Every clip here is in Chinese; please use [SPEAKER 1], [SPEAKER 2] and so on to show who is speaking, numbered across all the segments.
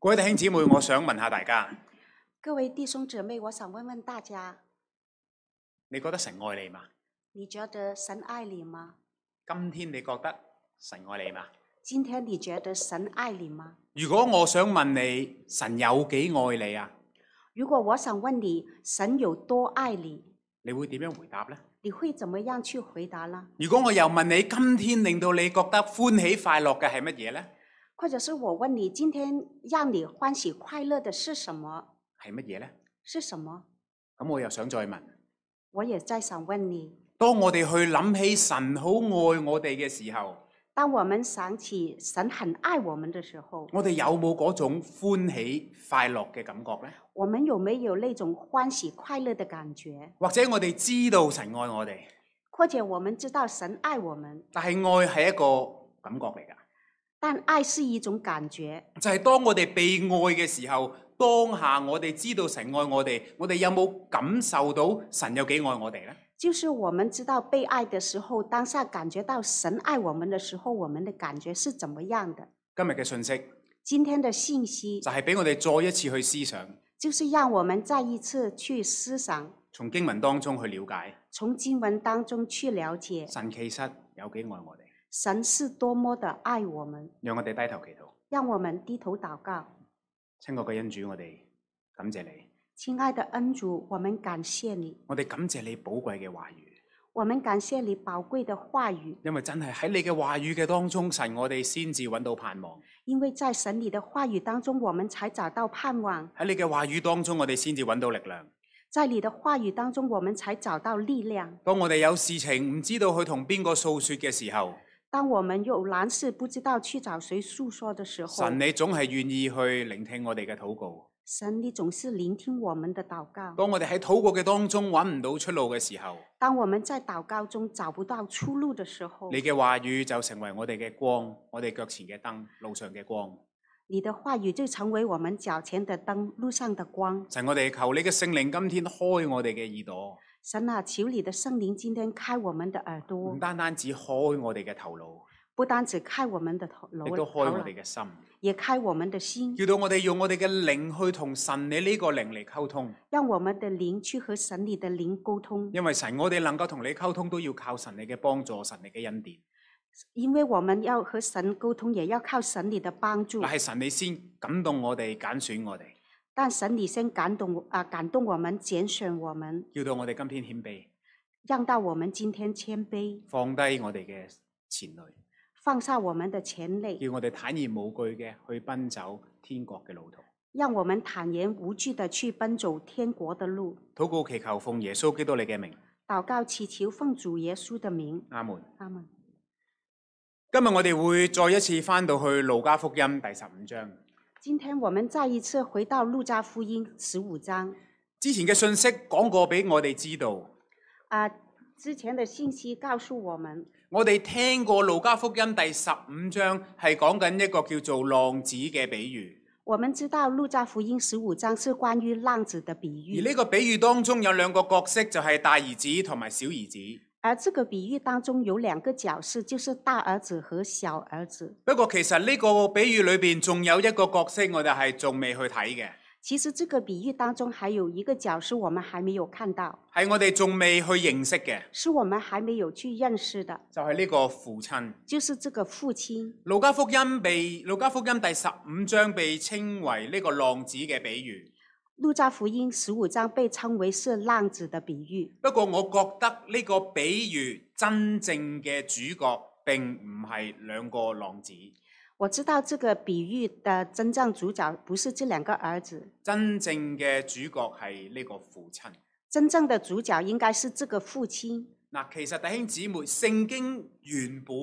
[SPEAKER 1] 各位弟兄姊妹，我想問下大家，
[SPEAKER 2] 各位弟兄姊妹，我想问问大家，
[SPEAKER 1] 你覺得神愛你嘛？
[SPEAKER 2] 你觉得神爱你吗？
[SPEAKER 1] 今天你覺得神愛你嘛？
[SPEAKER 2] 今天你觉得神爱你吗？
[SPEAKER 1] 如果我想問你，神有幾愛你啊？
[SPEAKER 2] 如果我想问你，神有多爱你，
[SPEAKER 1] 你會點樣回答呢？
[SPEAKER 2] 你会怎么样去回答呢？
[SPEAKER 1] 如果我又問你，今天令到你覺得歡喜快樂嘅係乜嘢呢？
[SPEAKER 2] 或者是我问你，今天让你欢喜快乐的是什么？
[SPEAKER 1] 係乜嘢呢？
[SPEAKER 2] 是什么？
[SPEAKER 1] 咁我又想再問，
[SPEAKER 2] 我也在想问你。
[SPEAKER 1] 當我哋去諗起神好愛我哋嘅時候，
[SPEAKER 2] 当我们想起神很爱我们的时候，
[SPEAKER 1] 我哋有冇嗰種歡喜快樂嘅感覺呢？
[SPEAKER 2] 我们有没有那种欢喜快乐的感觉？
[SPEAKER 1] 或者我哋知道神愛我哋，
[SPEAKER 2] 或者我们知道神爱我们，
[SPEAKER 1] 但係愛係一個感覺嚟㗎。
[SPEAKER 2] 但爱是一种感觉。
[SPEAKER 1] 就係當我哋被愛嘅時候，當下我哋知道神愛我哋，我哋有冇感受到神有幾愛我哋呢？
[SPEAKER 2] 就是我们知道被爱的时候，当下感觉到神爱我们的时候，我们的感觉是怎么样的？
[SPEAKER 1] 今日嘅信息
[SPEAKER 2] 今天的信息
[SPEAKER 1] 就係俾我哋再一次去思想，
[SPEAKER 2] 就是让我们再一次去思想，
[SPEAKER 1] 從經文當中去了解
[SPEAKER 2] 从经文当中去了解
[SPEAKER 1] 神其實有幾愛我哋，
[SPEAKER 2] 神是多么的爱我们。
[SPEAKER 1] 讓我哋低頭祈禱。
[SPEAKER 2] 让我们低头祷告，
[SPEAKER 1] 親愛嘅恩主，我哋感謝你，
[SPEAKER 2] 亲爱的恩主，我们感谢你，
[SPEAKER 1] 我哋感謝你寶貴嘅話語，
[SPEAKER 2] 我们感谢你宝贵的话语，
[SPEAKER 1] 因為真係喺你嘅話語嘅當中，神我哋先至揾到盼望；
[SPEAKER 2] 因为在神你的话语当中，我们才找到盼望，
[SPEAKER 1] 喺你嘅話語當中，我哋先至揾到力量。
[SPEAKER 2] 在你的话语当中，我们才找到力量。
[SPEAKER 1] 當我哋有事情唔知道去同邊個訴說嘅時候，
[SPEAKER 2] 当我们有难事不知道去找谁诉说的时候，
[SPEAKER 1] 神你總係願意去聆聽我哋嘅禱告。
[SPEAKER 2] 神你总是聆听我们的祷告。
[SPEAKER 1] 當我哋喺禱告嘅當中揾唔到出路嘅時候，
[SPEAKER 2] 当我们在祷告中找不到出路的时候，
[SPEAKER 1] 你嘅話語就成為我哋嘅光，我哋腳前嘅燈，路上嘅光。
[SPEAKER 2] 你的话语就成为我们脚前的灯，路上的光。
[SPEAKER 1] 神，我哋求你嘅聖靈今天開我哋嘅耳朵，
[SPEAKER 2] 神啊，求你的圣灵今天开我们的耳朵
[SPEAKER 1] 唔，單單只開我哋嘅頭腦，
[SPEAKER 2] 不单只开我们的头脑，
[SPEAKER 1] 亦都開我哋
[SPEAKER 2] 头脑
[SPEAKER 1] 嘅心，
[SPEAKER 2] 也开我们的心，
[SPEAKER 1] 叫到我哋用我哋嘅靈去同神你呢個靈嚟溝通。
[SPEAKER 2] 让我们的灵去和神你的灵沟通，
[SPEAKER 1] 因為神，我哋能夠同你溝通都要靠神你嘅幫助，神你嘅恩典。
[SPEAKER 2] 因为我们要和神沟通，也要靠神你的帮助。
[SPEAKER 1] 但係神你先感動我哋，揀選我哋，
[SPEAKER 2] 但神你先感动我啊、感动我们，拣选我们，
[SPEAKER 1] 叫到我哋今天謙卑。
[SPEAKER 2] 让到我们今天谦卑，
[SPEAKER 1] 放低我哋嘅前累，
[SPEAKER 2] 放下我们的前累，
[SPEAKER 1] 叫我哋坦然無懼嘅去奔走天國嘅路途。
[SPEAKER 2] 让我们坦然无惧的去奔走天国的路。
[SPEAKER 1] 禱告祈求奉耶穌基督你嘅名，
[SPEAKER 2] 祷告祈求奉主耶稣的名，
[SPEAKER 1] 阿門。
[SPEAKER 2] 阿门。
[SPEAKER 1] 今日我哋會再一次翻到去路加福音第十五章。
[SPEAKER 2] 今天我们再一次回到路加福音十五章
[SPEAKER 1] 之前嘅信息講過俾我哋知道，
[SPEAKER 2] 啊，之前的信息告诉我们，
[SPEAKER 1] 我哋聽過路加福音第十五章係講緊一個叫做浪子嘅比喻，
[SPEAKER 2] 我们知道路加福音十五章是关于浪子的比
[SPEAKER 1] 而
[SPEAKER 2] 喻，
[SPEAKER 1] 呢個比喻當中有兩個角色，就係大兒子同埋小兒子。
[SPEAKER 2] 而这个比喻当中有两个角色，就是大儿子和小儿子。
[SPEAKER 1] 不過其實呢個比喻裏邊仲有一個角色，我哋係仲未去睇嘅。
[SPEAKER 2] 其实这个比喻当中还有一个角是我们还没有看到，
[SPEAKER 1] 係我哋仲未去認識嘅，
[SPEAKER 2] 是我們还没有去认识的，
[SPEAKER 1] 就係、呢個父親。
[SPEAKER 2] 就是这个父亲。
[SPEAKER 1] 路加福音被路加福音第十五章被稱為呢個浪子嘅比喻。
[SPEAKER 2] 路加福音十五章被称为是浪子的比喻，
[SPEAKER 1] 不過我覺得呢個比喻真正嘅主角並唔係兩個浪子，
[SPEAKER 2] 我知道这个比喻的真正主角不是这两个儿子，
[SPEAKER 1] 真正嘅主角係呢個父親。
[SPEAKER 2] 真正的主角应该是这个父亲。
[SPEAKER 1] 嗱，其實弟兄姊妹，聖經原本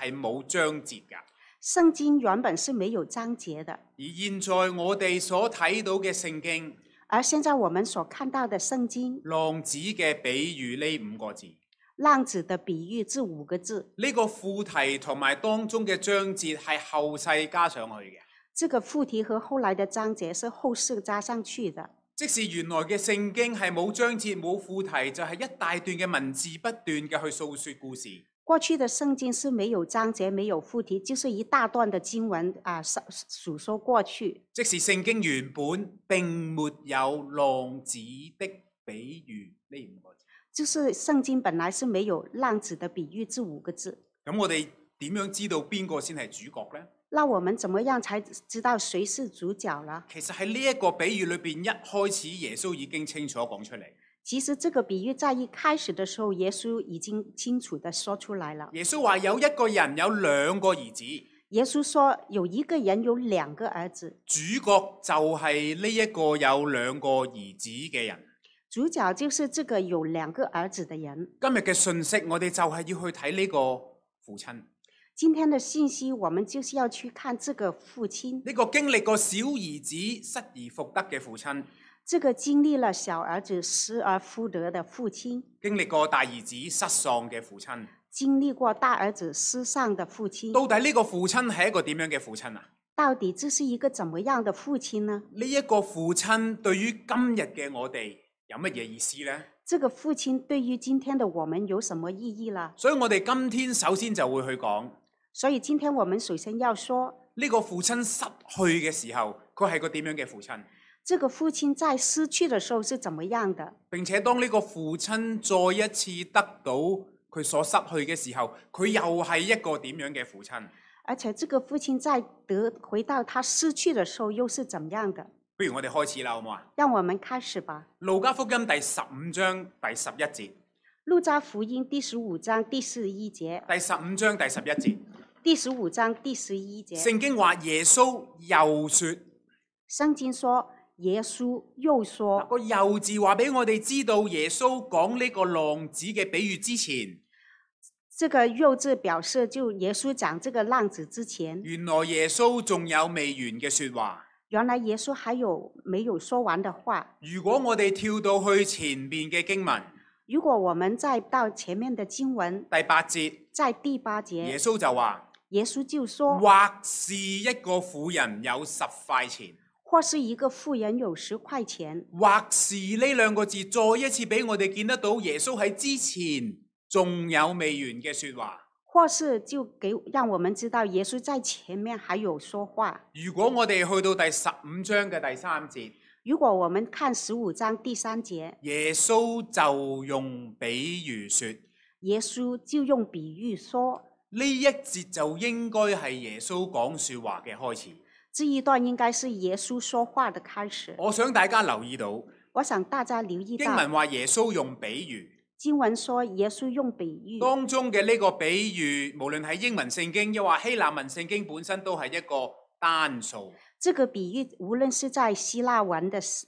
[SPEAKER 1] 係冇章節㗎。
[SPEAKER 2] 圣经原本是没有章节的，
[SPEAKER 1] 而現在我哋所睇到嘅聖經
[SPEAKER 2] 而现在我们所看到的圣经
[SPEAKER 1] 浪子嘅比喻呢五個字，
[SPEAKER 2] “浪子的比喻”这五个字，
[SPEAKER 1] 呢、個副題同埋當中嘅章節係後世加上去嘅。
[SPEAKER 2] 这个副题和后来的章节是后世加上去的。
[SPEAKER 1] 即使原來嘅聖經係冇章節冇副題，就係、一大段嘅文字不斷嘅去訴說故事。
[SPEAKER 2] 过去的圣经是没有章节、没有附题，就是一大段的经文啊，数数说过去。
[SPEAKER 1] 即使聖經原本並沒有浪子的比喻呢五個字。
[SPEAKER 2] 就是圣经本来是没有“浪子”的比喻这五个字，
[SPEAKER 1] 咁我哋點樣知道邊個先係主角呢？
[SPEAKER 2] 那我们怎么样才知道谁是主角呢？
[SPEAKER 1] 其實喺呢一個比喻裏邊，一開始耶穌已經清楚講出嚟。
[SPEAKER 2] 其实这个比喻在一开始的时候，耶稣已经清楚的说出来了。
[SPEAKER 1] 耶穌話有一個人有兩個兒子，
[SPEAKER 2] 耶稣说，有一个人有两个儿子，
[SPEAKER 1] 主角就係呢一個有兩個兒子嘅人。
[SPEAKER 2] 主角就是这个有两个儿子的人。
[SPEAKER 1] 今日嘅信息，我哋就係要去睇呢個父親，呢、
[SPEAKER 2] 今天的信息，我们就是要去看这个父亲，
[SPEAKER 1] 個經歷過小兒子失而復得嘅父親，
[SPEAKER 2] 这个经历了小儿子失而复得的父亲，
[SPEAKER 1] 經歷過大兒子失喪嘅父親。
[SPEAKER 2] 经历过大儿子失丧的父亲，
[SPEAKER 1] 到底呢個父親係一個點樣嘅父親啊？
[SPEAKER 2] 到底这是一个怎么样的父亲呢？
[SPEAKER 1] 呢、一個父親對於今日嘅我哋有乜嘢意思呢？
[SPEAKER 2] 这个父亲对于今天的我们有什么意义呢？
[SPEAKER 1] 所以我哋今天首先就會去講
[SPEAKER 2] 所以今天我们首先要说，
[SPEAKER 1] 呢、個父親失去嘅時候，佢係個點樣嘅父親？
[SPEAKER 2] 这个父亲在失去的時候是怎么样的？
[SPEAKER 1] 並且當呢個父親再一次得到佢所失去嘅時候，佢又係一個點樣嘅父親？
[SPEAKER 2] 而且这个父亲在得回到他失去的时候又是怎么样的？
[SPEAKER 1] 不如我哋開始啦，好唔好啊？
[SPEAKER 2] 让我们开始吧。
[SPEAKER 1] 路加福音第十五章第十一節，
[SPEAKER 2] 路加福音第十五章第十一节，
[SPEAKER 1] 第十五章第十一節，
[SPEAKER 2] 第十五章第十一节，
[SPEAKER 1] 聖經話耶穌又說。
[SPEAKER 2] 圣经说，耶稣
[SPEAKER 1] 嗱
[SPEAKER 2] 又说，
[SPEAKER 1] 個幼字話俾我哋知道，耶穌講呢個浪子嘅比喻之前，
[SPEAKER 2] 这个又字表示就耶稣讲这个浪子之前，
[SPEAKER 1] 原來耶穌仲有未完嘅说話。
[SPEAKER 2] 原来耶稣还有没有说完的话。
[SPEAKER 1] 如果我哋跳到去前面嘅經文
[SPEAKER 2] 如果我们再到前面的经文，
[SPEAKER 1] 第八節，
[SPEAKER 2] 在第八
[SPEAKER 1] 耶
[SPEAKER 2] 节，
[SPEAKER 1] 穌就話：
[SPEAKER 2] 耶稣就说，
[SPEAKER 1] 或是一個婦人有十塊錢，
[SPEAKER 2] 或是一个富人有十块钱，
[SPEAKER 1] 或是呢兩個字再一次俾我哋見得到耶穌喺之前仲有未完嘅说話。
[SPEAKER 2] 或是就给让我们知道耶稣在前面还有说话。
[SPEAKER 1] 如果我哋去到第十五章嘅第三節，
[SPEAKER 2] 如果我们看十五章第三节，
[SPEAKER 1] 耶穌就用比喻說。
[SPEAKER 2] 耶稣就用比喻说，
[SPEAKER 1] 呢一節就應該係耶穌講说話嘅開始。
[SPEAKER 2] 这一段应该是耶稣说话的开始。
[SPEAKER 1] 我想大家留意到
[SPEAKER 2] 我想大家留意
[SPEAKER 1] 經
[SPEAKER 2] 到，
[SPEAKER 1] 文話耶穌用比喻，
[SPEAKER 2] 经文说耶稣用比喻，
[SPEAKER 1] 當中嘅呢個比喻，無論係英文聖經，又或希臘文聖經本身都係一個單數。
[SPEAKER 2] 这个比喻无论是在希腊文的圣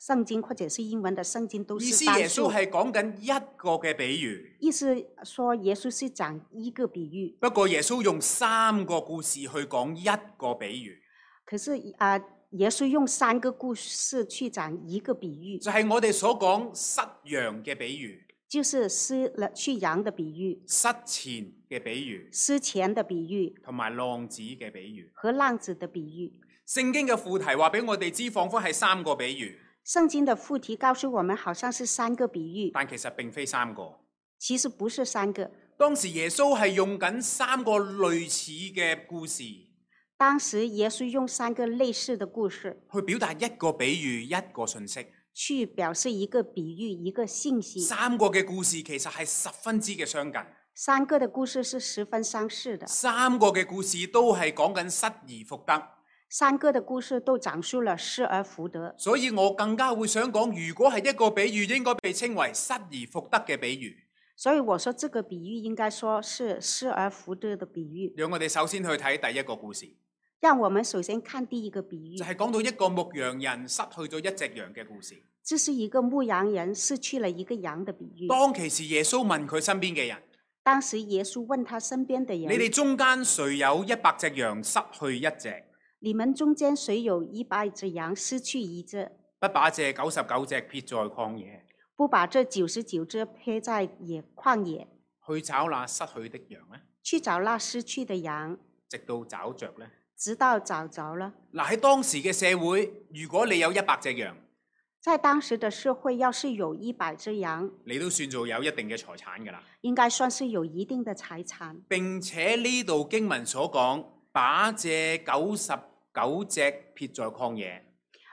[SPEAKER 2] 圣经或者是英文的圣经都
[SPEAKER 1] 意
[SPEAKER 2] 是
[SPEAKER 1] 思
[SPEAKER 2] 单
[SPEAKER 1] 耶
[SPEAKER 2] 数
[SPEAKER 1] 穌。係講緊一個嘅比喻，
[SPEAKER 2] 意思说耶稣是讲一个比喻，
[SPEAKER 1] 不過耶穌用三個故事去講一個比喻，
[SPEAKER 2] 可是啊、耶稣用三个故事去讲一个比喻，
[SPEAKER 1] 就係我哋所講失羊嘅比喻、
[SPEAKER 2] 就是失了去羊的比喻、
[SPEAKER 1] 失錢嘅比喻
[SPEAKER 2] 失钱的比喻
[SPEAKER 1] 同埋浪子嘅比喻。
[SPEAKER 2] 和浪子的比喻。
[SPEAKER 1] 聖經嘅副題話俾我哋知，彷彿係三個比喻，
[SPEAKER 2] 圣经的副题告诉我们，好像是三个比喻，
[SPEAKER 1] 但其實並非三個。
[SPEAKER 2] 其实不是三个。
[SPEAKER 1] 當時耶穌係用緊三個類似嘅故事去
[SPEAKER 2] 当时耶稣用三个类似的故事
[SPEAKER 1] 表達一個比喻、一個信息。
[SPEAKER 2] 去表示一个比喻、一个信息。
[SPEAKER 1] 三個嘅故事其實係十分之嘅相近，
[SPEAKER 2] 三个的故事是十分相似的，
[SPEAKER 1] 三個嘅故事都係講緊失而復得。
[SPEAKER 2] 三个的故事都讲述了失而复得。
[SPEAKER 1] 所以我更加會想講，如果係一個比喻，應該被稱為失而復得嘅比喻。
[SPEAKER 2] 所以我说这个比喻应该说是失而复得的比喻。
[SPEAKER 1] 讓我哋首先去睇第一個故事，
[SPEAKER 2] 让我们首先看第一个比喻
[SPEAKER 1] 就係、，講到一個牧羊人失去咗一隻羊嘅故事。
[SPEAKER 2] 这是一个牧羊人失去了一个羊的比喻。
[SPEAKER 1] 當其時，耶穌問佢身邊嘅人：，
[SPEAKER 2] 当时耶稣问他身边的
[SPEAKER 1] 你哋
[SPEAKER 2] 人
[SPEAKER 1] 中間誰有一百隻羊失去一隻，：“
[SPEAKER 2] 你们中间谁有一百只羊，失去一只，
[SPEAKER 1] 不把這九十九隻撇在曠野，
[SPEAKER 2] 不把这九十九只撇在野旷野，
[SPEAKER 1] 去找那失去的羊呢？
[SPEAKER 2] 去找那失去的羊，
[SPEAKER 1] 直到找着呢？
[SPEAKER 2] 直到找着了。”
[SPEAKER 1] 嗱喺當時嘅社會，如果你有一百隻羊，
[SPEAKER 2] 在当时的社会，要是有一百只羊，
[SPEAKER 1] 你都算做有一定嘅財產㗎啦。
[SPEAKER 2] 应该算是有一定的財產。
[SPEAKER 1] 並且呢度經文所講，把這九十九隻撇在曠野，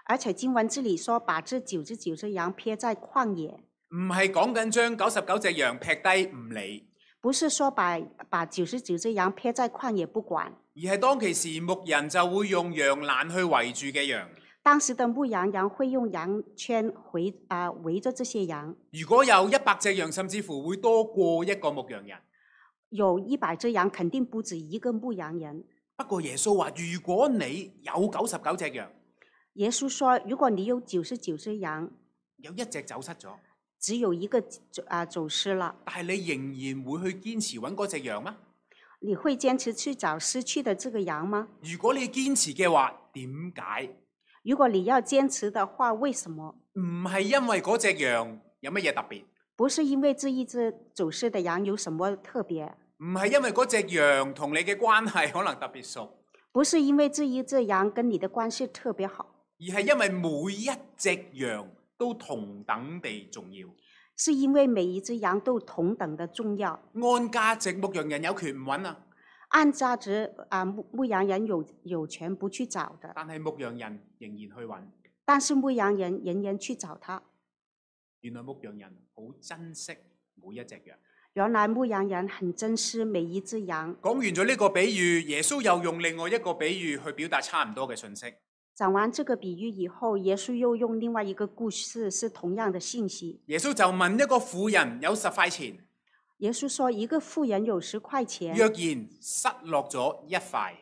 [SPEAKER 2] 而且经文这里说，把这九十九只羊撇在旷野，
[SPEAKER 1] 唔係講緊將九十九隻羊劈低唔理，
[SPEAKER 2] 不是说把把九十九只羊撇在旷野不管。
[SPEAKER 1] 而係當其時牧人就會用羊欄去圍住嘅羊。
[SPEAKER 2] 当时的牧羊羊会用羊圈围啊、围着这些羊，
[SPEAKER 1] 如果有一百隻羊，甚至乎會多過一個牧羊人。
[SPEAKER 2] 有一百只羊肯定不止一个牧羊人。
[SPEAKER 1] 不過耶穌話：如果你有九十九隻羊，
[SPEAKER 2] 耶稣说，如果你有九十九只羊，
[SPEAKER 1] 有一隻走失咗，
[SPEAKER 2] 只有一个走啊、走失了，
[SPEAKER 1] 但係你仍然會去堅持揾嗰隻羊嗎？
[SPEAKER 2] 你会坚持去找失去的这个羊吗？
[SPEAKER 1] 如果你堅持嘅話，點解？
[SPEAKER 2] 如果你要坚持的话，为什么？
[SPEAKER 1] 唔係因為嗰隻羊有乜嘢特別，
[SPEAKER 2] 不是因为这一只走失的羊有什么特别，
[SPEAKER 1] 唔係因為嗰隻羊同你嘅關係可能特別熟，
[SPEAKER 2] 不是因为这一只羊跟你的关系特别好，
[SPEAKER 1] 而係因為每一隻羊都同等地重要。
[SPEAKER 2] 是因为每一只羊都同等的重要。
[SPEAKER 1] 按價值牧羊人有權唔揾啊，
[SPEAKER 2] 按价值啊，牧牧羊人有有权不去找的，
[SPEAKER 1] 但係牧羊人仍然去揾。
[SPEAKER 2] 但是牧羊人仍然去找他。
[SPEAKER 1] 原來牧羊人好珍惜每一隻羊。
[SPEAKER 2] 原来牧羊人很珍惜每一只羊。
[SPEAKER 1] 講完咗呢個比喻，耶穌又用另外一個比喻去表達差唔多嘅信息。
[SPEAKER 2] 讲完这个比喻以后，耶稣又用另外一个故事，是同样的信息。
[SPEAKER 1] 耶穌就問一個婦人有十塊錢，
[SPEAKER 2] 耶稣说，一个富人有十块钱，
[SPEAKER 1] 若然失落咗一塊，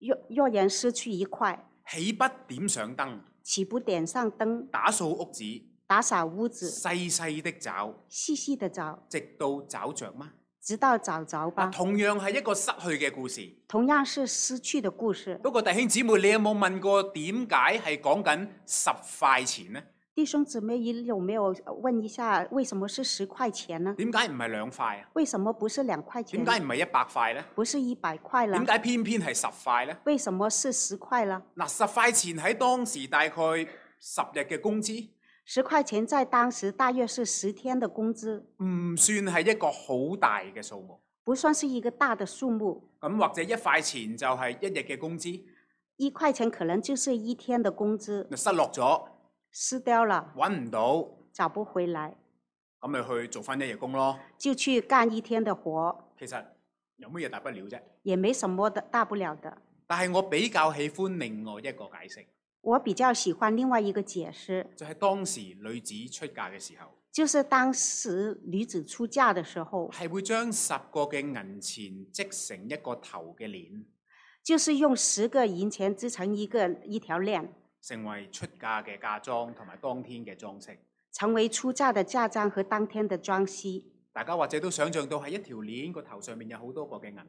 [SPEAKER 2] 若若然失去一块，
[SPEAKER 1] 起不點上燈，
[SPEAKER 2] 岂不点上灯，
[SPEAKER 1] 打掃屋子，
[SPEAKER 2] 打扫屋子，
[SPEAKER 1] 細細的找，
[SPEAKER 2] 细细的找，
[SPEAKER 1] 直到找着嗎？
[SPEAKER 2] 直到找着吧
[SPEAKER 1] 嗱，。同樣係一個失去嘅故事。
[SPEAKER 2] 同样是失去的故事。
[SPEAKER 1] 不過弟兄姊妹，你有冇問過點解係講緊十塊錢呢？
[SPEAKER 2] 弟兄姊妹，你有没有问一下，为什么是十块钱呢？
[SPEAKER 1] 點解唔係兩塊啊？
[SPEAKER 2] 为什么不是两块钱
[SPEAKER 1] 點？解唔係一百塊呢？
[SPEAKER 2] 不是一百块了
[SPEAKER 1] 點？解偏偏係十塊呢？
[SPEAKER 2] 为什么是十块了？
[SPEAKER 1] 嗱，十塊錢喺當時大概十日嘅工資，
[SPEAKER 2] 十块钱在当时大约是十天的工资，
[SPEAKER 1] 唔算係一個好大嘅數目。
[SPEAKER 2] 不算是一个大的数目。
[SPEAKER 1] 咁或者一塊錢就係一日嘅工資，
[SPEAKER 2] 一块钱可能就是一天的工资，
[SPEAKER 1] 就失落咗，
[SPEAKER 2] 失掉了，
[SPEAKER 1] 揾唔到，
[SPEAKER 2] 找不回来，
[SPEAKER 1] 咁咪去做翻一日工咯。
[SPEAKER 2] 就去干一天的活，
[SPEAKER 1] 其實有乜嘢大不了啫？
[SPEAKER 2] 也没什么的大不了的。
[SPEAKER 1] 但係我比較喜歡另外一個解釋，
[SPEAKER 2] 我比较喜欢另外一个解释，
[SPEAKER 1] 就係、當時女子出嫁嘅時候，
[SPEAKER 2] 就是当时女子出嫁的时候，
[SPEAKER 1] 係會將十個嘅銀錢織成一個頭嘅鏈，
[SPEAKER 2] 就是用十个银钱织成一个一条链，
[SPEAKER 1] 成為出嫁嘅嫁妝同埋當天嘅裝飾。
[SPEAKER 2] 成为出嫁的嫁妆和当天的装饰。
[SPEAKER 1] 大家或者都想象到係一條鏈，個頭上面有好多個嘅銀幣。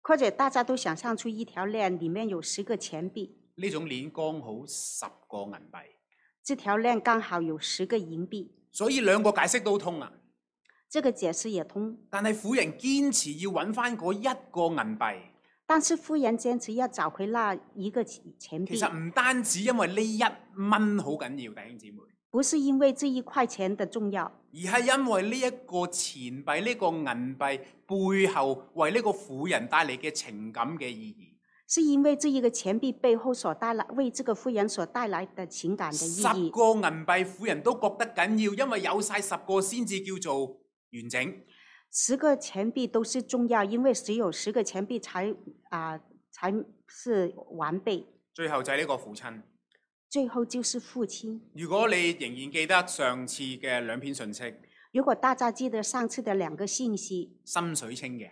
[SPEAKER 2] 或者大家都想象出一条链里面有十个钱币，
[SPEAKER 1] 呢種鏈剛好十個銀幣，
[SPEAKER 2] 这条链刚好有十个银币。
[SPEAKER 1] 所以兩個解釋都通啊啦。
[SPEAKER 2] 这个解释也通，
[SPEAKER 1] 但係婦人堅持要揾翻嗰一個銀幣，
[SPEAKER 2] 但是夫人坚持要找回那一个钱钱
[SPEAKER 1] 其
[SPEAKER 2] 币，
[SPEAKER 1] 實唔單止因為呢一蚊好緊要，弟兄姊妹。
[SPEAKER 2] 不是因为这一块钱的重要，
[SPEAKER 1] 而係因為呢一個錢幣、呢、個銀幣背後為呢個婦人帶嚟嘅情感嘅意義。
[SPEAKER 2] 是因为这一个钱币背后所带来为这个夫人所带来的情感的
[SPEAKER 1] 十
[SPEAKER 2] 意义。
[SPEAKER 1] 個銀幣，婦人都覺得緊要，因為有晒十個先至叫做完整。
[SPEAKER 2] 十个钱币都是重要，因为只有十个钱币才啊、才是完备。
[SPEAKER 1] 最後就係呢個父親。
[SPEAKER 2] 最后就是父亲。
[SPEAKER 1] 如果你仍然記得上次嘅兩篇信息，
[SPEAKER 2] 如果大家记得上次的两个信息
[SPEAKER 1] 心水清嘅，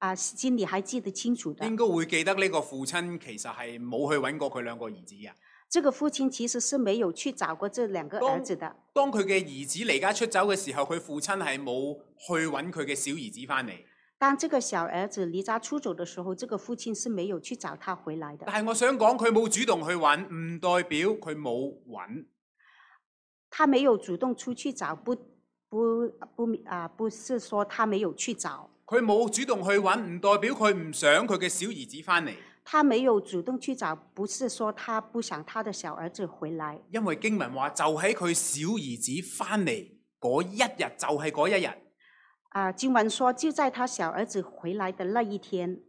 [SPEAKER 2] 啊、心里还记得清楚的
[SPEAKER 1] 應，該會記得呢個父親其實係冇去揾過佢兩個兒子嘅。
[SPEAKER 2] 这个父亲其实是没有去找过这两个
[SPEAKER 1] 都
[SPEAKER 2] 儿子的。
[SPEAKER 1] 當佢嘅兒子離家出走嘅時候，佢父親係冇去揾佢嘅小兒子翻嚟。
[SPEAKER 2] 当这个小儿子离家出走的时候，这个父亲是没有去找他回来的。
[SPEAKER 1] 但係我想講，佢冇主動去揾，唔代表佢冇揾。
[SPEAKER 2] 他没有主动出去找，不不不啊、不是说他没有去找，
[SPEAKER 1] 佢冇主動去揾，唔代表佢唔想佢嘅小兒子翻嚟。
[SPEAKER 2] 他没有主动去找，不是说他不想他的小儿子回来，
[SPEAKER 1] 因為經文話就喺佢小兒子翻嚟嗰一日，就係嗰一日。
[SPEAKER 2] 啊，经文说就在他小儿子回来的那一天，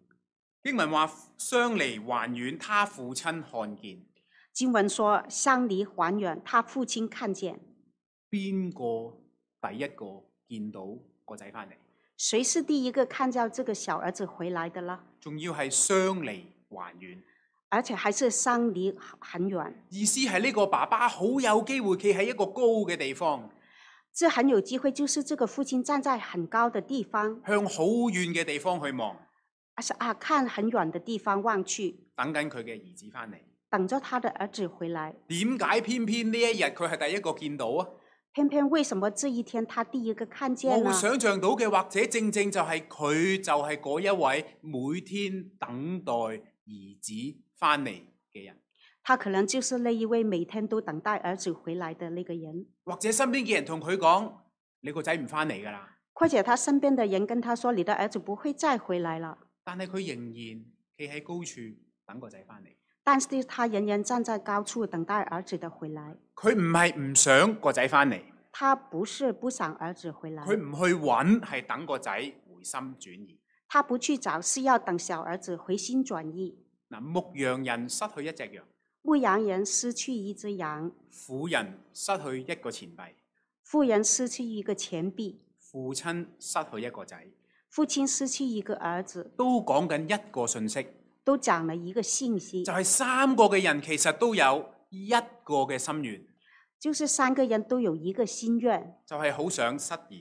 [SPEAKER 1] 經文話相離還遠，他父親看見。
[SPEAKER 2] 经文说相离还远，他父亲看见，
[SPEAKER 1] 邊個第一個見到個仔翻嚟？
[SPEAKER 2] 谁是第一个看到这个小儿子回来的呢？
[SPEAKER 1] 仲要係相離還遠，
[SPEAKER 2] 而且还是相离很远，
[SPEAKER 1] 意思係呢個爸爸好有機會企喺一個高嘅地方，
[SPEAKER 2] 这很有机会就是这个父亲站在很高的地方，
[SPEAKER 1] 向好遠嘅地方去望，
[SPEAKER 2] 而是啊看很远的地方望去，
[SPEAKER 1] 等緊佢嘅兒子翻嚟。
[SPEAKER 2] 等着他的儿子回来。
[SPEAKER 1] 點解偏偏呢一日佢係第一個見到啊？
[SPEAKER 2] 偏偏为什么这一天啊他第一个看见
[SPEAKER 1] 我會
[SPEAKER 2] 呢？
[SPEAKER 1] 想像到嘅，或者正正就係佢就係嗰一位每天等待兒子翻嚟嘅人，
[SPEAKER 2] 他可能就是那一位每天都等待儿子回来的那个人，
[SPEAKER 1] 或者身邊嘅人同佢講：你個仔唔翻嚟㗎啦。
[SPEAKER 2] 或者他身边的人跟他说：“你的儿子不会再回来了。”
[SPEAKER 1] 但係佢仍然企喺高處等個仔翻嚟。
[SPEAKER 2] 但是他仍然站在高处等待儿子的回来。
[SPEAKER 1] 佢唔係唔想個仔翻嚟，
[SPEAKER 2] 他不是不想儿子回来，
[SPEAKER 1] 佢唔去揾，係等個仔回心轉意。
[SPEAKER 2] 他不去找，是要等小儿子回心转意。
[SPEAKER 1] 嗱，牧羊人失去一隻羊，
[SPEAKER 2] 牧羊人失去一只羊，
[SPEAKER 1] 婦人失去一個錢幣，
[SPEAKER 2] 富人失去一个钱币，
[SPEAKER 1] 父親失去一個仔，
[SPEAKER 2] 父亲失去一个儿子，
[SPEAKER 1] 都講緊一個信息。
[SPEAKER 2] 都讲了一个信息
[SPEAKER 1] 就，係三個嘅人其實都有一個嘅心願，
[SPEAKER 2] 就是三个人都有一个心愿，
[SPEAKER 1] 就係好想失而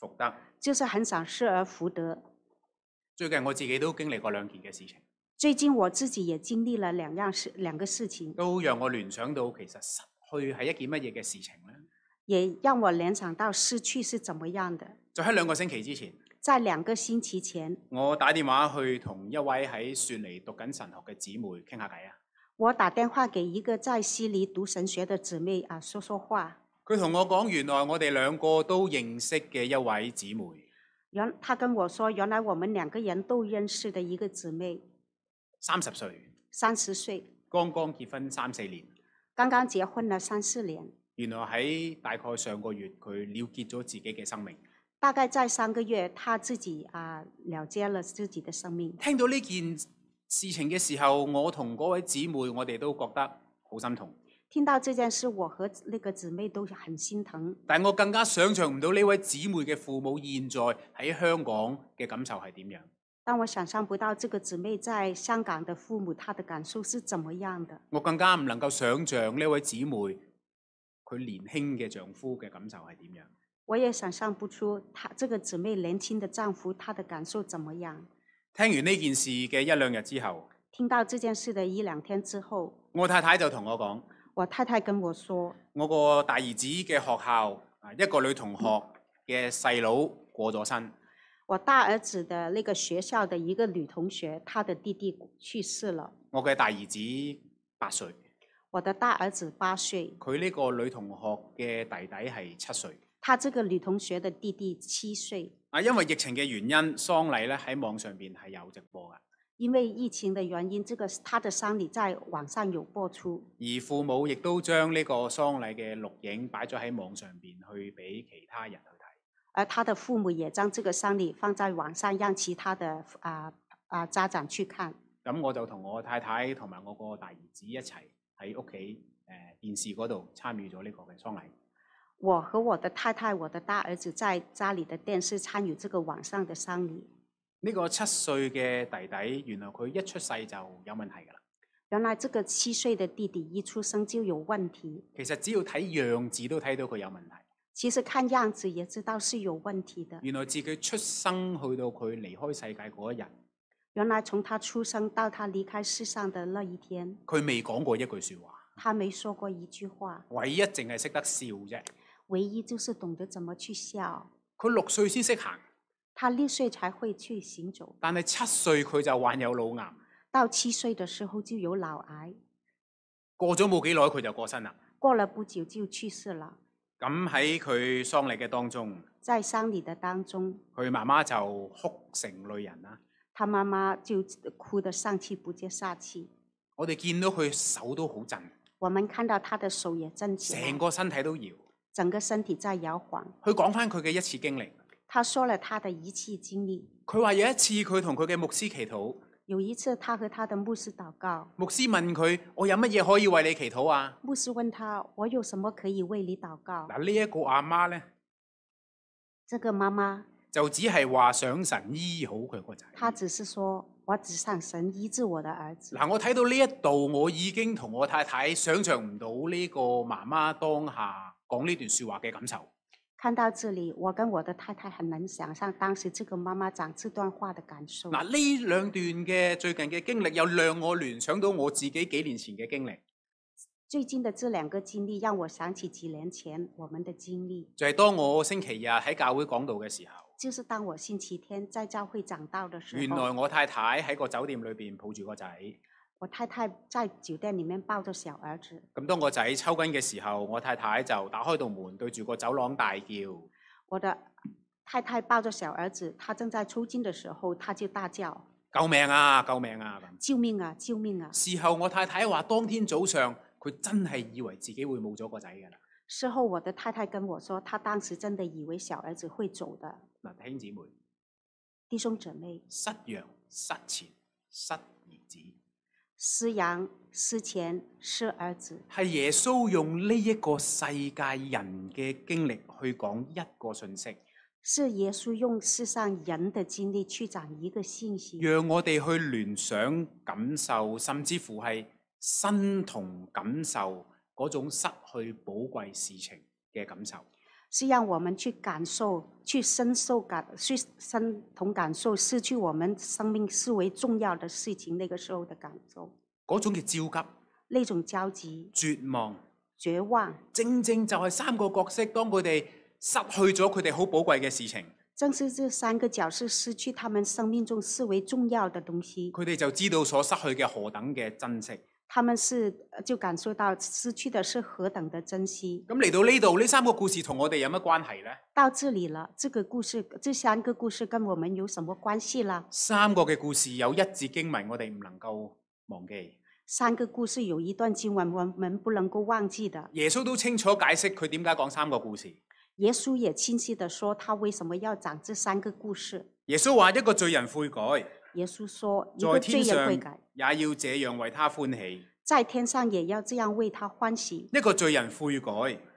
[SPEAKER 1] 復得。
[SPEAKER 2] 就是很想失而复得。
[SPEAKER 1] 最近我自己都經歷過兩件嘅事情，
[SPEAKER 2] 最近我自己也经歷了两样事，两个事情，
[SPEAKER 1] 都讓我聯想到其實失去係一件乜嘢嘅事情呢？
[SPEAKER 2] 也让我联想到失去是怎么样的。
[SPEAKER 1] 就喺兩個星期之前，
[SPEAKER 2] 在两个星期前，
[SPEAKER 1] 我打電話去同一位喺雪梨讀緊神學嘅姊妹傾下偈啊。
[SPEAKER 2] 我打电话给一个在悉尼读神学的姊妹啊说说话，
[SPEAKER 1] 佢同我講，原來我哋兩個都認識嘅一位姊妹，
[SPEAKER 2] 原她跟我说，原来我们两个人都认识的一个姊妹，
[SPEAKER 1] 三十歲，
[SPEAKER 2] 三十岁，
[SPEAKER 1] 剛剛結婚三四年。
[SPEAKER 2] 刚刚结婚了三四年，
[SPEAKER 1] 原來喺大概上個月，佢了結咗自己嘅生命。
[SPEAKER 2] 大概在三个月，她自己啊了结了自己的生命。
[SPEAKER 1] 聽到呢件事情嘅時候，我同嗰位姊妹，我哋都覺得好心痛。
[SPEAKER 2] 听到这件事，我和那个姊妹都很心疼，
[SPEAKER 1] 但我更加想像唔到呢位姊妹嘅父母現在喺香港嘅感受係點樣。
[SPEAKER 2] 但我想象不到这个姊妹在香港的父母她的感受是怎么样的，
[SPEAKER 1] 我更加唔能夠想像呢位姊妹佢年輕嘅丈夫嘅感受係點樣。
[SPEAKER 2] 我也想象不出她这个姊妹年轻的丈夫她的感受怎么样。
[SPEAKER 1] 聽完呢件事嘅一兩日之後，
[SPEAKER 2] 听到这件事的一两天之后，
[SPEAKER 1] 我太太就同我講：
[SPEAKER 2] 我太太跟我说，
[SPEAKER 1] 我個大兒子嘅學校啊，一個女同學嘅細佬過咗身。
[SPEAKER 2] 我大儿子的那个学校的一个女同学，她的弟弟去世了。
[SPEAKER 1] 我嘅大兒子八歲，
[SPEAKER 2] 我的大儿子八岁，
[SPEAKER 1] 佢呢個女同學嘅弟弟係七歲。
[SPEAKER 2] 她这个女同學的弟弟七岁。
[SPEAKER 1] 啊，因為疫情嘅原因，喪禮咧喺網上邊係有直播噶，
[SPEAKER 2] 因为疫情的原因，这个她的丧礼在网上有播出，
[SPEAKER 1] 而父母亦都將呢個喪禮嘅錄影擺咗喺網上邊去俾其他人去睇。
[SPEAKER 2] 而她的父母也将这个丧礼放在网上，让其他的啊啊家长去看。
[SPEAKER 1] 咁我就同我太太同埋我個大兒子一齊喺屋企誒電視嗰度參與咗呢個嘅喪禮。
[SPEAKER 2] 我和我的太太、我的大儿子在家里的电视参与这个网上的丧礼。
[SPEAKER 1] 呢、個七歲嘅弟弟，原來佢一出世就有問題㗎啦。
[SPEAKER 2] 原来这个七岁的弟弟一出生就有问题，
[SPEAKER 1] 其實只要睇樣子都睇到佢有問題。
[SPEAKER 2] 其实看样子也知道是有问题的。
[SPEAKER 1] 原來自己出生去到佢離開世界嗰一日，
[SPEAKER 2] 原来从他出生到他离开世上的那一天，
[SPEAKER 1] 佢未講過一句説話，
[SPEAKER 2] 他没说过一句话，
[SPEAKER 1] 唯一淨係識得笑啫。
[SPEAKER 2] 唯一就是懂得怎么去笑。
[SPEAKER 1] 佢六歲先識行，
[SPEAKER 2] 他六岁才会去行走，
[SPEAKER 1] 但係七歲佢就患有腦癌，
[SPEAKER 2] 到七岁的时候就有脑癌，
[SPEAKER 1] 過咗冇幾耐佢就過身啦。
[SPEAKER 2] 过了不久就去世了。
[SPEAKER 1] 咁喺佢喪禮嘅當中，
[SPEAKER 2] 在丧礼的当中，
[SPEAKER 1] 佢媽媽就哭成淚人啦。
[SPEAKER 2] 他妈妈就哭得上气不接下气。
[SPEAKER 1] 我哋見到佢手都好震，
[SPEAKER 2] 我们看到他的手也震起
[SPEAKER 1] 成
[SPEAKER 2] 来，
[SPEAKER 1] 個身體都搖。
[SPEAKER 2] 整个身体在摇晃。
[SPEAKER 1] 佢講翻佢嘅一次經歷，
[SPEAKER 2] 他说了他的一切经历。
[SPEAKER 1] 佢話有一次佢同佢嘅牧師祈禱，
[SPEAKER 2] 有一次，他和他的牧师祷告，
[SPEAKER 1] 牧師問佢：我有乜嘢可以為你祈禱啊？
[SPEAKER 2] 牧师问他：“我有什么可以为你祷告
[SPEAKER 1] 嗱，呢一個阿媽呢，
[SPEAKER 2] 这个妈妈，
[SPEAKER 1] 就只係話想神醫好佢個仔。
[SPEAKER 2] 她只是说：“我只想神医治我的儿子。
[SPEAKER 1] 嗱，我睇到呢一度，我已經同我太太想象唔到呢個媽媽當下講呢段説話嘅感受。
[SPEAKER 2] 看到这里，我跟我的太太很能想象当时这个妈妈讲这段话的感受。
[SPEAKER 1] 嗱，呢兩段嘅最近嘅經歷，又讓我聯想到我自己幾年前嘅經歷，
[SPEAKER 2] 最近的这两个经历让我想起几年前我们的经历，
[SPEAKER 1] 就係、當我星期日喺教會講道嘅時候，
[SPEAKER 2] 就是当我星期天在教会讲道的时
[SPEAKER 1] 原來
[SPEAKER 2] 候，
[SPEAKER 1] 我太太喺個酒店裏邊抱住個仔。
[SPEAKER 2] 我太太在酒店里面抱着小儿子。
[SPEAKER 1] 咁當個仔抽筋嘅時候，我太太就打開道門，對住個走廊大叫。
[SPEAKER 2] 我的太太抱着小儿子，他正在抽筋的时候，他就大叫
[SPEAKER 1] 救命啊！救命啊！咁！
[SPEAKER 2] 救命啊，救命啊！
[SPEAKER 1] 事後我太太話，當天早上佢真係以為自己會冇咗個仔㗎啦。
[SPEAKER 2] 事后我的太太跟我说，她当时真的以为小儿子会走的。
[SPEAKER 1] 嗱，弟兄姊妹，
[SPEAKER 2] 弟兄姊妹，
[SPEAKER 1] 失羊、失錢、失兒子，
[SPEAKER 2] 失羊、失钱、失儿子，
[SPEAKER 1] 係耶穌用呢一個世界人嘅經歷去講一個信息，
[SPEAKER 2] 是耶稣用世上人的经历去讲一个信息，
[SPEAKER 1] 讓我哋去聯想、感受，甚至乎係身同感受嗰種失去寶貴事情嘅感受。
[SPEAKER 2] 是让我们去感受、去深受感、去身同感受失去我们生命视为重要的事情那个时候的感受，
[SPEAKER 1] 嗰種嘅焦
[SPEAKER 2] 那种焦急、
[SPEAKER 1] 急、絕望，
[SPEAKER 2] 绝望，
[SPEAKER 1] 正正就係三個角色，當佢哋失去咗佢哋好寶貴嘅事情，
[SPEAKER 2] 正是这三个角色失去他们生命中视为重要的东西。
[SPEAKER 1] 佢哋就知道所失去嘅何等嘅珍惜。
[SPEAKER 2] 他们是呃就感受到失去的是何等的珍惜。
[SPEAKER 1] 咁嚟到呢度，呢三個故事同我哋有乜關係呢？
[SPEAKER 2] 到这里了，这个故事，这三个故事跟我们有什么关系啦？
[SPEAKER 1] 三個嘅故事有一節經文，我哋唔能夠忘記。
[SPEAKER 2] 三个故事有一段经文，我们不能够忘記的。
[SPEAKER 1] 耶穌都清楚解釋佢點解講三個故事。
[SPEAKER 2] 耶稣也清晰的说，他为什么要讲这三个故事。
[SPEAKER 1] 耶穌話：一個罪人悔改，
[SPEAKER 2] 耶稣说，一
[SPEAKER 1] 在
[SPEAKER 2] 个罪
[SPEAKER 1] 天上
[SPEAKER 2] 人悔
[SPEAKER 1] 也
[SPEAKER 2] 改，
[SPEAKER 1] 要這樣為他歡喜；
[SPEAKER 2] 在天上也要这样为他欢喜；
[SPEAKER 1] 一個罪人悔改，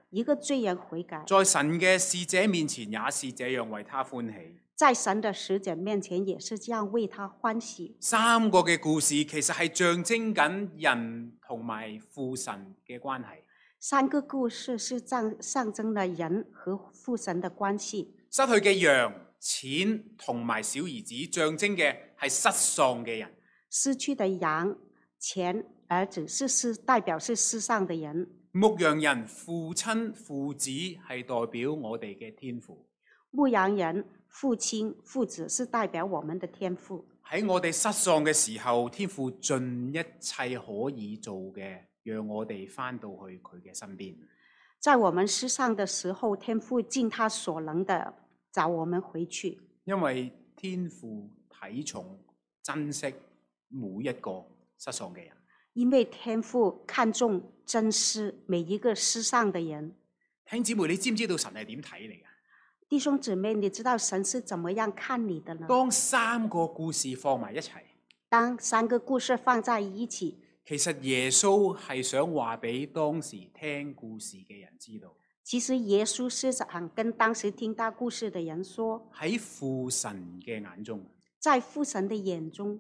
[SPEAKER 2] 一个罪人悔改，
[SPEAKER 1] 在神嘅使者面前也是這樣為他歡喜。
[SPEAKER 2] 在神的使者面前也是这样为他欢喜。
[SPEAKER 1] 三個嘅故事其實係象徵緊人同埋父神嘅關係。
[SPEAKER 2] 三个故事是象象征了人和父神的关系。
[SPEAKER 1] 失去嘅羊、錢同埋小兒子，象徵嘅係失喪嘅人。
[SPEAKER 2] 失去的羊、钱、儿子是世代表是世上的人；
[SPEAKER 1] 牧羊人、父親、父子係代表我哋嘅天父。
[SPEAKER 2] 牧羊人、父亲、父子是代表我们的天赋。
[SPEAKER 1] 喺我哋失喪嘅時候，天父盡一切可以做嘅，讓我哋翻到去佢嘅身邊。
[SPEAKER 2] 在我们世上的时候，天父尽他所能的找我们回去，
[SPEAKER 1] 因為天父睇重、珍惜每一個失喪嘅人。
[SPEAKER 2] 因为天父看重、珍视每一个世上的人。
[SPEAKER 1] 兄姊妹，你知唔知道神係點睇你噶？
[SPEAKER 2] 弟兄姊妹，你知道神是怎么样看你的呢？
[SPEAKER 1] 當三個故事放埋一齊，
[SPEAKER 2] 当三个故事放在一起，
[SPEAKER 1] 其實耶穌係想話俾當時聽故事嘅人知道，
[SPEAKER 2] 其实耶稣是想跟当时听到故事的人说，
[SPEAKER 1] 喺父神嘅眼中，
[SPEAKER 2] 在父神的眼中，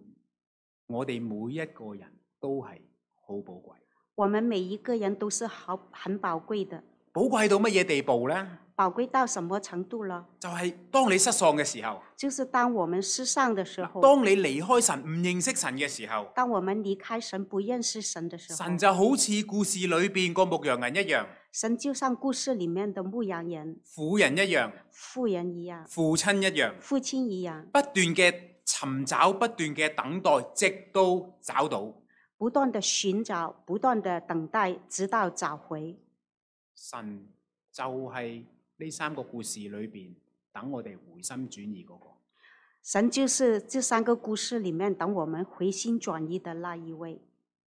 [SPEAKER 1] 我哋每一個人都係好寶貴。
[SPEAKER 2] 我们每一个人都是好很宝贵的，
[SPEAKER 1] 寶貴到乜嘢地步呢？
[SPEAKER 2] 宝贵到什么程度了？
[SPEAKER 1] 就係、當你失喪嘅時候，
[SPEAKER 2] 就是当我们失丧的时候，
[SPEAKER 1] 當你離開神、唔認識神嘅時候，
[SPEAKER 2] 当我们离开神、不认识神的时候，
[SPEAKER 1] 神就好似故事裏邊個牧羊人一樣，
[SPEAKER 2] 神就像故事里面的牧羊人、
[SPEAKER 1] 婦人一樣，
[SPEAKER 2] 妇人一样、
[SPEAKER 1] 父親一樣。
[SPEAKER 2] 父亲一样，
[SPEAKER 1] 不斷嘅尋找，不斷嘅等待，直到找到。
[SPEAKER 2] 不断的寻找，不断的等待，直到找回。
[SPEAKER 1] 神就係呢三個故事裏邊等我哋回心轉意嗰、個。
[SPEAKER 2] 神就是这三个故事里面等我们回心转意的那一位。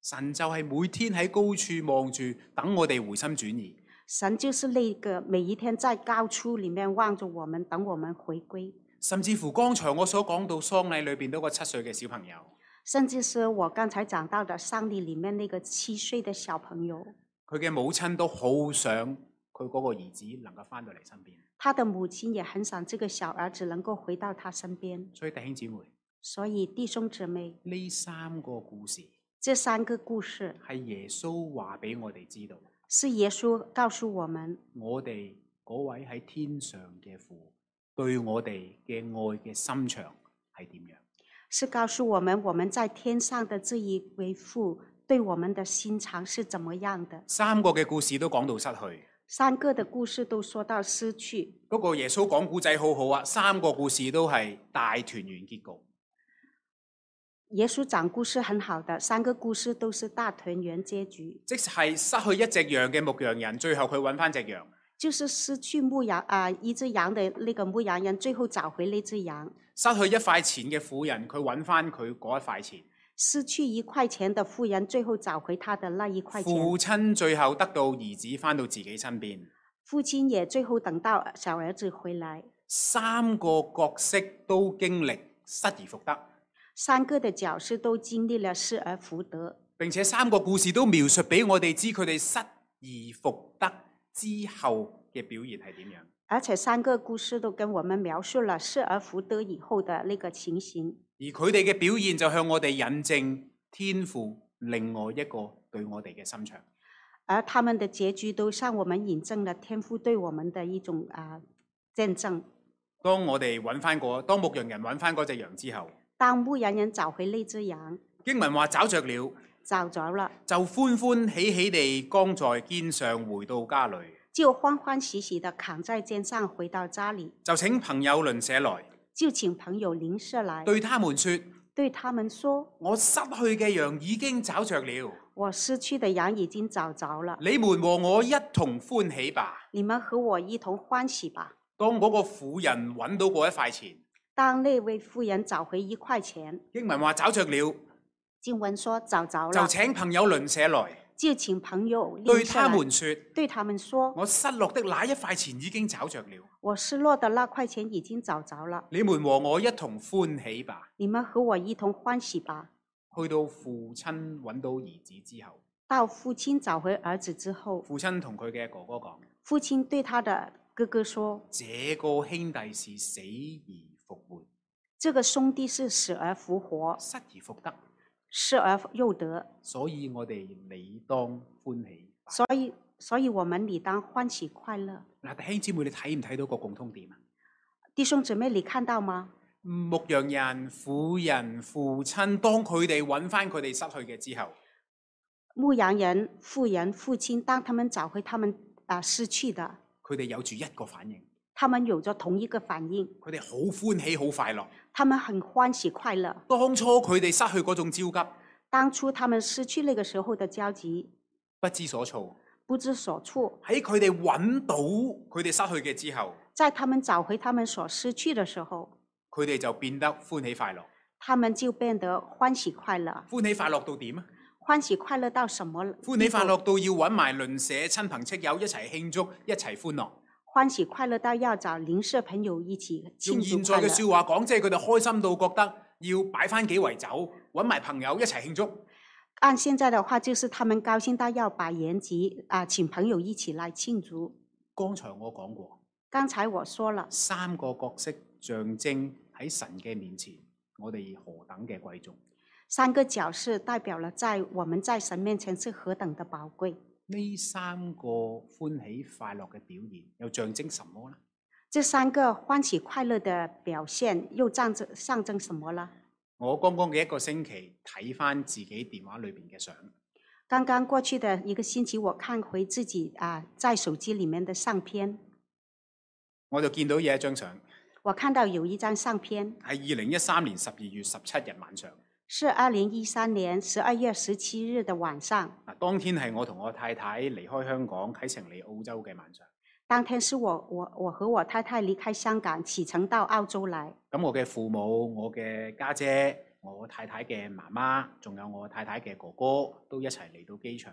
[SPEAKER 1] 神就係每天喺高處望住，等我哋回心轉意。
[SPEAKER 2] 神就是那个每一天在高处里面望着我们，等我们回归。
[SPEAKER 1] 甚至乎剛才我所講到喪禮裏邊嗰個七歲嘅小朋友，
[SPEAKER 2] 甚至是我刚才讲到的上帝里面那个七岁的小朋友，
[SPEAKER 1] 佢嘅母親都好想佢嗰個兒子能夠翻到嚟身邊。
[SPEAKER 2] 他的母亲也很想这个小儿子能够回到他身边。
[SPEAKER 1] 所以弟兄姊妹，
[SPEAKER 2] 所以弟兄姊妹，
[SPEAKER 1] 呢三個故事
[SPEAKER 2] 这三个故事
[SPEAKER 1] 係耶穌話俾我哋知道，
[SPEAKER 2] 是耶稣告诉我们，
[SPEAKER 1] 我哋嗰位喺天上嘅父對我哋嘅愛嘅心腸係點樣。
[SPEAKER 2] 是告诉我们我们在天上的这一位父对我们的心肠是怎么样的。
[SPEAKER 1] 三個嘅故事都講到失去。
[SPEAKER 2] 三个的故事都说到失去，
[SPEAKER 1] 不過耶穌講古仔好好啊，三個故事都係大團圓結局。
[SPEAKER 2] 耶稣讲故事很好的，三个故事都是大团圆结局，
[SPEAKER 1] 即係失去一隻羊嘅牧羊人，最後佢揾翻只羊；
[SPEAKER 2] 就是失去牧羊啊、一只羊的那个牧羊人，最后找回那只羊；
[SPEAKER 1] 失去一塊錢嘅婦人，佢揾翻佢嗰一塊錢。
[SPEAKER 2] 失去一块钱的富人，最后找回他的那一块钱。
[SPEAKER 1] 父親最後得到兒子翻到自己身邊。
[SPEAKER 2] 父亲也最后等到小儿子回来，
[SPEAKER 1] 三個角色都經歷失而復得，
[SPEAKER 2] 三个的角色都经历了失而复得，
[SPEAKER 1] 並且三個故事都描述俾我哋知佢哋失而復得之後嘅表現係點樣。
[SPEAKER 2] 而且三个故事都跟我们描述了失而复得以后的那个情形。
[SPEAKER 1] 而佢哋嘅表現就向我哋引證天父另外一個對我哋嘅心腸。
[SPEAKER 2] 而他们的结局都向我们引证了天父对我们的一种啊、见证。
[SPEAKER 1] 當我哋揾翻嗰，當牧羊人揾翻嗰只羊之後，
[SPEAKER 2] 当牧羊人找回那只羊，
[SPEAKER 1] 經文話找着了，
[SPEAKER 2] 找着了，
[SPEAKER 1] 就歡歡喜喜地扛在肩上回到家裏，
[SPEAKER 2] 就欢欢喜喜地扛在肩上回到家里，
[SPEAKER 1] 就請朋友鄰舍來，
[SPEAKER 2] 就请朋友邻舍来，
[SPEAKER 1] 對他們說：
[SPEAKER 2] 对他们说
[SPEAKER 1] 我失去嘅羊已經找着了，：“
[SPEAKER 2] 我失去的羊已经找着了，
[SPEAKER 1] 你們和我一同歡喜吧。
[SPEAKER 2] 你们和我一同欢喜吧。
[SPEAKER 1] 當嗰個婦人揾到嗰一塊錢，”
[SPEAKER 2] 当那位妇人找回一块钱，
[SPEAKER 1] 經文話找着了，
[SPEAKER 2] 经文说找着
[SPEAKER 1] 就
[SPEAKER 2] 了，
[SPEAKER 1] 請朋友鄰舍來，
[SPEAKER 2] 就请朋友邻
[SPEAKER 1] 對
[SPEAKER 2] 舍来
[SPEAKER 1] 他哦們說。
[SPEAKER 2] 对他们说
[SPEAKER 1] 我失落的那一塊錢已經找着了，：“
[SPEAKER 2] 我失落的那块钱已经找着了，
[SPEAKER 1] 你們和我一同歡喜吧。
[SPEAKER 2] 你们和我一同欢喜吧。
[SPEAKER 1] 去到父親揾到兒子之後，”
[SPEAKER 2] 到父亲找回儿子之后，
[SPEAKER 1] 父親同佢嘅哥哥講：
[SPEAKER 2] 父亲对他的哥哥说：“
[SPEAKER 1] 這個兄弟是死而復活，
[SPEAKER 2] 这个兄弟是死而复活，
[SPEAKER 1] 失而復得，
[SPEAKER 2] 失而又得，
[SPEAKER 1] 所以我哋理當歡喜吧。
[SPEAKER 2] 所以，所以我们理当欢喜快乐。
[SPEAKER 1] 嗱，弟兄姊妹，你睇唔睇到個共通點啊？
[SPEAKER 2] 弟兄姊妹，你看到吗？
[SPEAKER 1] 牧羊人、婦人、父親，當佢哋揾翻佢哋失去嘅之後，
[SPEAKER 2] 牧羊人、富人、父亲，当他们找回他们啊、失去的，
[SPEAKER 1] 佢哋有住一個反應，
[SPEAKER 2] 他们有着同一个反应，
[SPEAKER 1] 佢哋好歡喜、好快樂。
[SPEAKER 2] 他们很欢喜快乐。
[SPEAKER 1] 當初佢哋失去嗰種焦急。
[SPEAKER 2] 当初他们失去那个时候的焦急，
[SPEAKER 1] 不知所措。
[SPEAKER 2] 不知所措，
[SPEAKER 1] 喺佢哋揾到佢哋失去嘅之後，
[SPEAKER 2] 在他们找回他们所失去的时候，
[SPEAKER 1] 佢哋就變得歡喜快樂。
[SPEAKER 2] 他们就变得欢喜快乐。
[SPEAKER 1] 歡喜快樂到點啊？
[SPEAKER 2] 欢喜快乐到什么地步？
[SPEAKER 1] 歡喜快樂到要揾埋鄰舍、親朋戚友一齊慶祝、一齊歡樂。
[SPEAKER 2] 欢喜快乐到要找邻舍朋友一起庆
[SPEAKER 1] 用
[SPEAKER 2] 祝
[SPEAKER 1] 現在
[SPEAKER 2] 快乐
[SPEAKER 1] 嘅。説話講，即係佢哋開心到覺得要擺翻幾圍酒，揾埋朋友一齊慶祝。
[SPEAKER 2] 按现在的话，就是他们高兴到要把延吉啊、请朋友一起来庆祝。
[SPEAKER 1] 剛才我講過，
[SPEAKER 2] 刚才我说了，
[SPEAKER 1] 三個角色象徵喺神嘅面前，我哋何等嘅貴重。
[SPEAKER 2] 三个角色代表了在我们在神面前是何等的宝贵。
[SPEAKER 1] 呢三個歡喜快樂嘅表現，又象徵什麼呢？
[SPEAKER 2] 这三个欢喜快乐的表现又象征象征什么呢？
[SPEAKER 1] 我剛剛嘅一個星期睇翻自己電話裏邊嘅相，
[SPEAKER 2] 刚刚过去的一个星期，我看回自己啊、在手机里面的相片，
[SPEAKER 1] 我就見到有一張相
[SPEAKER 2] 我看到有一张相片
[SPEAKER 1] 係二零一三年十二月十七日晚上，
[SPEAKER 2] 是二零一三年十二月十七日的晚上。
[SPEAKER 1] 嗱當天係我同我太太離開香港啟程嚟澳洲嘅晚上，
[SPEAKER 2] 当天是我我我和我太太离开香港，启程到澳洲来。
[SPEAKER 1] 咁我嘅父母、我嘅家姐我太太嘅媽媽，仲有我太太嘅哥哥，都一齊嚟到機場。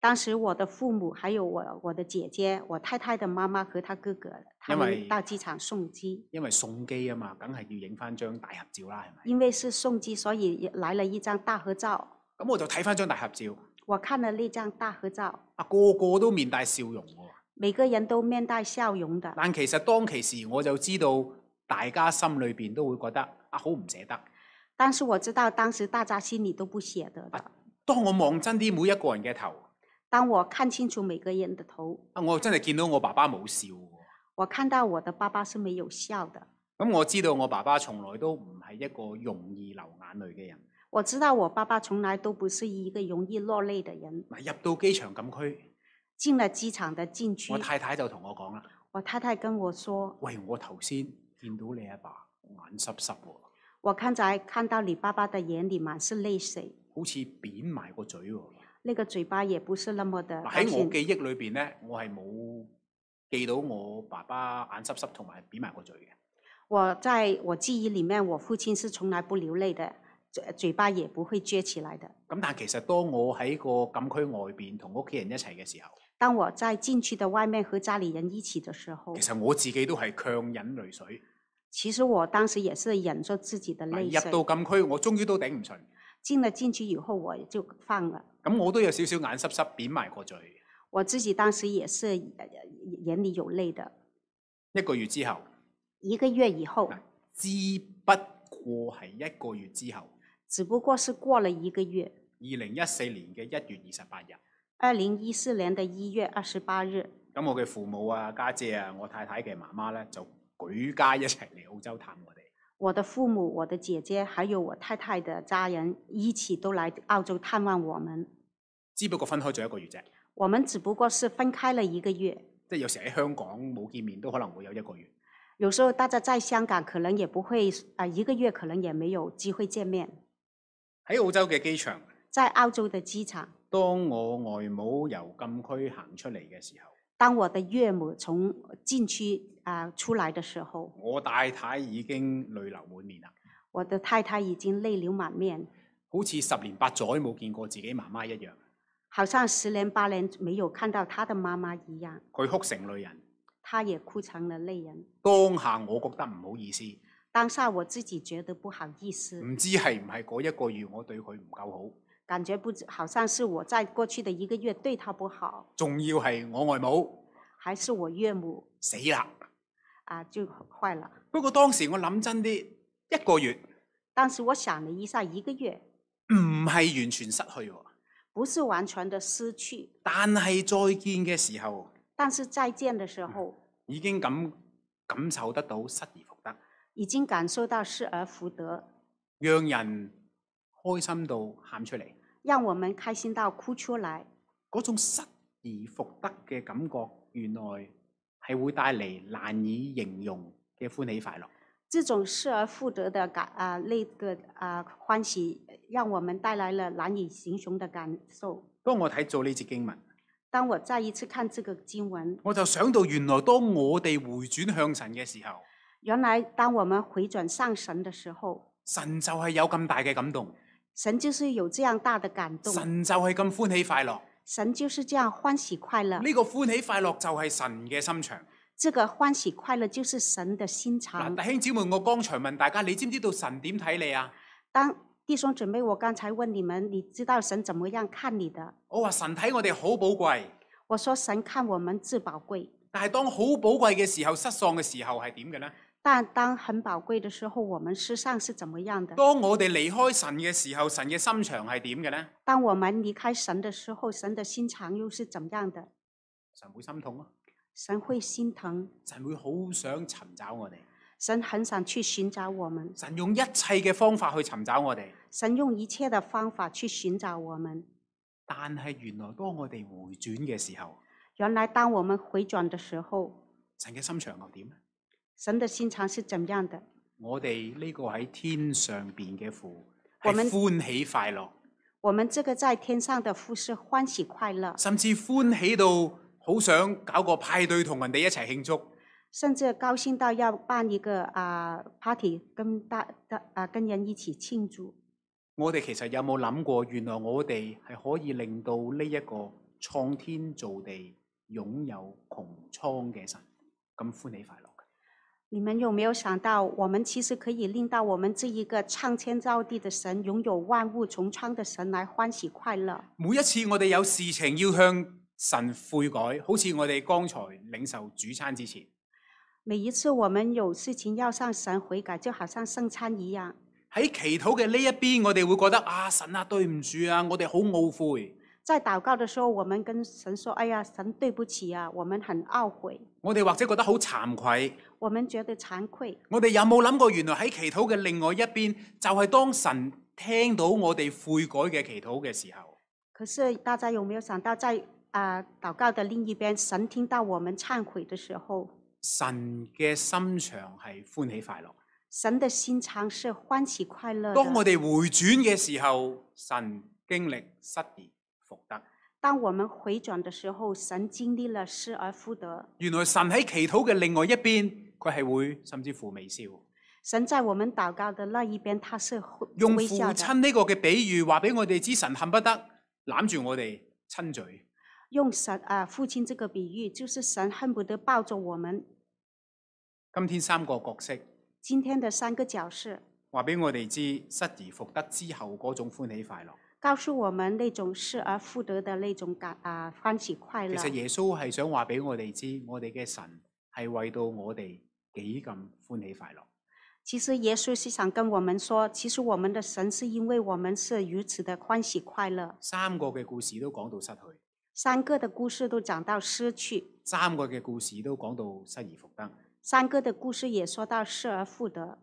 [SPEAKER 2] 当时我的父母还有我我的姐姐、我太太的妈妈和她哥哥，他
[SPEAKER 1] 因为
[SPEAKER 2] 们到机场送机。
[SPEAKER 1] 因為送機啊嘛，梗係要影翻張大合照啦，係咪？
[SPEAKER 2] 因为是送机，所以也来了一张大合照。
[SPEAKER 1] 咁我就睇翻張大合照，
[SPEAKER 2] 我看了那张大合照，
[SPEAKER 1] 啊個個都面帶笑容喎、
[SPEAKER 2] 每个人都面带笑容的。
[SPEAKER 1] 但其實當其時我就知道，大家心裏邊都會覺得啊好唔捨得。
[SPEAKER 2] 但是我知道当时大家心里都不舍得的。
[SPEAKER 1] 當我望真啲每一個人嘅頭，
[SPEAKER 2] 当我看清楚每个人的头，
[SPEAKER 1] 啊我真係見到我爸爸冇笑喎。
[SPEAKER 2] 我看到我的爸爸是没有笑的。
[SPEAKER 1] 咁我知道我爸爸從來都唔係一個容易流眼淚嘅人。
[SPEAKER 2] 我知道我爸爸从来都不是一个容易落泪的人。
[SPEAKER 1] 嗱入到機場禁區，
[SPEAKER 2] 进了机场的禁区
[SPEAKER 1] 我，太太就同我講啦。
[SPEAKER 2] 我太太跟我说
[SPEAKER 1] 喂，我頭先見到你阿爸眼濕濕喎，：“
[SPEAKER 2] 我刚才看到你爸爸的眼里满是泪水，
[SPEAKER 1] 好似扁埋個嘴喎。
[SPEAKER 2] 那个嘴巴也不是那么的
[SPEAKER 1] 嗱
[SPEAKER 2] 高
[SPEAKER 1] 喺哎我
[SPEAKER 2] 兴。
[SPEAKER 1] 記憶裏邊咧，我係冇記到我爸爸眼濕濕同埋扁埋個嘴嘅。
[SPEAKER 2] 我在我记忆里面，我父亲是从来不流泪的，嘴嘴巴也不会撅起来的。
[SPEAKER 1] 咁但係其實當我喺個禁區外邊同屋企人一齊嘅時候，
[SPEAKER 2] 当我在禁区的外面和家里人一起的时候
[SPEAKER 1] 其，實我自己都係強忍淚水。
[SPEAKER 2] 其实我当时也是忍着自己的
[SPEAKER 1] 嗱
[SPEAKER 2] 泪嗯水。
[SPEAKER 1] 入到禁區，我終於都頂唔順，
[SPEAKER 2] 进了禁区以后，我就放了。
[SPEAKER 1] 咁我都有少少眼濕濕扁埋個嘴。
[SPEAKER 2] 我自己当时也是呃眼里有泪的。
[SPEAKER 1] 一個月之後，
[SPEAKER 2] 一个月以后
[SPEAKER 1] 嗱，只不過係一個月之後，
[SPEAKER 2] 只不过是过了一个月。
[SPEAKER 1] 二零一四年嘅一月二十八日。
[SPEAKER 2] 二零一四年的一月二十八日，
[SPEAKER 1] 咁我嘅父母啊、家姐啊、我太太嘅媽媽咧，就舉家一齊嚟澳洲探我哋。
[SPEAKER 2] 我的父母、我的姐姐还有我太太的家人一起都来澳洲探望我们。
[SPEAKER 1] 只不過分開咗一個月啫，
[SPEAKER 2] 我们只不过是分开了一个月，
[SPEAKER 1] 即係有時喺香港冇見面都可能會有一個月。
[SPEAKER 2] 有时候大家在香港可能也不会啊、一个月可能也没有机会见面。
[SPEAKER 1] 喺澳洲嘅機場，
[SPEAKER 2] 在澳洲的机场，
[SPEAKER 1] 當我外母由禁區行出嚟嘅時候，
[SPEAKER 2] 当我的岳母从禁区啊、出来的时候，
[SPEAKER 1] 我大太已經淚流滿面啦，
[SPEAKER 2] 我的太太已经泪流满面，
[SPEAKER 1] 好似十年八載冇見過自己媽媽一樣。
[SPEAKER 2] 好像十年八年没有看到她的妈妈一样，
[SPEAKER 1] 佢哭成淚人，
[SPEAKER 2] 她也哭成了泪人。
[SPEAKER 1] 當下我覺得唔好意思，
[SPEAKER 2] 当下我自己觉得不好意思，
[SPEAKER 1] 唔知係唔係嗰一個月我對佢唔夠好，
[SPEAKER 2] 感觉不知好像是我在过去的一个月对她不好，
[SPEAKER 1] 仲要係我外母
[SPEAKER 2] 还是我岳母
[SPEAKER 1] 死啦。
[SPEAKER 2] 啊就坏了。
[SPEAKER 1] 不過當時我諗真啲，一個月
[SPEAKER 2] 当时我想了一下，一个月
[SPEAKER 1] 唔係完全失去喎，
[SPEAKER 2] 不是完全的失去，
[SPEAKER 1] 但係再見嘅時候
[SPEAKER 2] 但是再见的时候
[SPEAKER 1] 已經感感受得到失而復得，
[SPEAKER 2] 已经感受到失而复得，
[SPEAKER 1] 讓人開心到喊出嚟。
[SPEAKER 2] 让我们开心到哭出来。
[SPEAKER 1] 嗰種失而復得嘅感覺，原來係會帶嚟難以形容嘅歡喜快樂。
[SPEAKER 2] 这种失而复得的感啊、那个啊、欢喜，让我们带来了难以形容的感受。
[SPEAKER 1] 當我睇咗呢節經文，
[SPEAKER 2] 当我再一次看这个经文，
[SPEAKER 1] 我就想到原來當我哋回轉向神嘅時候，
[SPEAKER 2] 原来当我们回转上神的时候，
[SPEAKER 1] 神就係有咁大嘅感動，
[SPEAKER 2] 神就是有这样大的感动，神
[SPEAKER 1] 神就係咁歡喜快樂。
[SPEAKER 2] 就是这样欢喜快乐。
[SPEAKER 1] 呢個歡喜快樂就係神嘅心腸。
[SPEAKER 2] 这个欢喜快乐就是神的心
[SPEAKER 1] 嗱，
[SPEAKER 2] 肠
[SPEAKER 1] 弟。兄姊妹，我剛才問大家，你知唔知道神點睇你啊？
[SPEAKER 2] 当弟兄姊妹，我刚才问你们，你知道神怎么样看你的？
[SPEAKER 1] 我話神睇我哋好寶貴，
[SPEAKER 2] 我说神看我们至宝贵，
[SPEAKER 1] 但係當好寶貴嘅時候，失喪嘅時候係點嘅呢？
[SPEAKER 2] 但当很宝贵的时候，我们世上是怎么样的？
[SPEAKER 1] 當我哋離開神嘅時候，神嘅心腸係點嘅呢？
[SPEAKER 2] 当我们离开神的时候，神的心肠又是怎么样的？
[SPEAKER 1] 神會心痛啊！
[SPEAKER 2] 神会心疼，
[SPEAKER 1] 神會好想尋找我哋，
[SPEAKER 2] 神很想去寻找我们，
[SPEAKER 1] 神用一切嘅方法去尋找我哋。
[SPEAKER 2] 神用一切的方法去寻找我们。
[SPEAKER 1] 但係原來當我哋回轉嘅時候，
[SPEAKER 2] 原来当我们回转的时候，
[SPEAKER 1] 神嘅心腸又點呢？
[SPEAKER 2] 神的心肠是怎样的？
[SPEAKER 1] 我哋呢個喺天上邊嘅父
[SPEAKER 2] 我
[SPEAKER 1] 係
[SPEAKER 2] 們
[SPEAKER 1] 歡喜快樂。
[SPEAKER 2] 我们这个在天上的父是欢喜快乐，
[SPEAKER 1] 甚至歡喜到好想搞個派對同人哋一齊慶祝，
[SPEAKER 2] 甚至高兴到要办一个啊、party，跟大大啊跟人一起庆祝。
[SPEAKER 1] 我哋其實有冇諗過，原來我哋係可以令到呢一個創天造地、擁有穹蒼嘅神咁歡喜快樂嘅？
[SPEAKER 2] 你们有没有想到，我们其实可以令到我们这一个创天造地的神，拥有万物重创的神来欢喜快乐？
[SPEAKER 1] 每一次我哋有事情要向神悔改，好似我哋剛才領受主餐之前，
[SPEAKER 2] 每一次我们有事情要向神悔改，就好像圣餐一样，
[SPEAKER 1] 喺祈禱嘅呢一邊，我哋會覺得啊，神啊，對唔住啊，我哋好懊悔，
[SPEAKER 2] 在祷告的时候，我们跟神说：“哎呀，神对不起啊，我们很懊悔，
[SPEAKER 1] 我哋或者覺得好慚愧。
[SPEAKER 2] 我们觉得惭愧。
[SPEAKER 1] 我哋有冇諗過，原來喺祈禱嘅另外一邊，就係、當神聽到我哋悔改嘅祈禱嘅時候。”
[SPEAKER 2] 可是大家有没有想到在，啊祷告的另一边，神听到我们忏悔的时候，
[SPEAKER 1] 神嘅心腸係歡喜快樂。
[SPEAKER 2] 神的心肠是欢喜快乐的。
[SPEAKER 1] 當我哋回轉嘅時候，神經歷失而復得。
[SPEAKER 2] 当我们回转的时候，神经历了失而复得。
[SPEAKER 1] 原來神喺祈禱嘅另外一邊，佢係會甚至乎微笑，
[SPEAKER 2] 神在我们祷告的那一边，他是会
[SPEAKER 1] 用
[SPEAKER 2] 微
[SPEAKER 1] 父
[SPEAKER 2] 笑的，
[SPEAKER 1] 親呢個嘅比喻話俾我哋知，神恨不得攬住我哋親嘴。
[SPEAKER 2] 用神啊父亲这个比喻，就是神恨不得抱着我们。
[SPEAKER 1] 今天三個角色
[SPEAKER 2] 今天的三个角色
[SPEAKER 1] 話俾我哋知，失而復得之後嗰種歡喜快樂。
[SPEAKER 2] 告诉我们那种失而复得的那种感啊欢喜快
[SPEAKER 1] 其
[SPEAKER 2] 乐。
[SPEAKER 1] 實耶穌係想話俾我哋知，我哋嘅神係為到我哋幾咁歡喜快樂。
[SPEAKER 2] 其实耶稣是想跟我们说，其实我们的神是因为我们是如此的欢喜快乐。
[SPEAKER 1] 三個嘅故事都講到失去。
[SPEAKER 2] 三个的故事都讲到失去，
[SPEAKER 1] 三個嘅故事都講到失而復得。
[SPEAKER 2] 三个的故事也说到失而复得。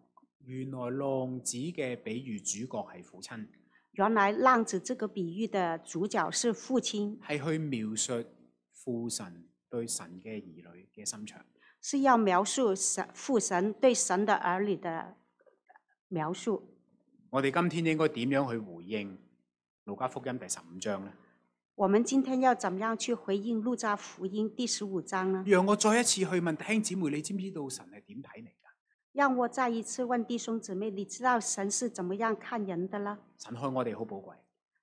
[SPEAKER 1] 原來浪子嘅比喻主角係父親，
[SPEAKER 2] 原来浪子这个比喻的主角是父亲，
[SPEAKER 1] 係去描述父神對神嘅兒女嘅心腸。
[SPEAKER 2] 是要描述神父神对神的儿女的描述。
[SPEAKER 1] 我哋今天應該點樣去回應《路加福音》第十五章呢？
[SPEAKER 2] 我们今天要怎么样去回应路加福音第十五章呢？
[SPEAKER 1] 讓我再一次去問弟兄姊妹，你知唔知道神係點睇你㗎？
[SPEAKER 2] 让我再一次问弟兄姊妹，你知道神是怎么样看人的了？
[SPEAKER 1] 神看我哋好寶貴，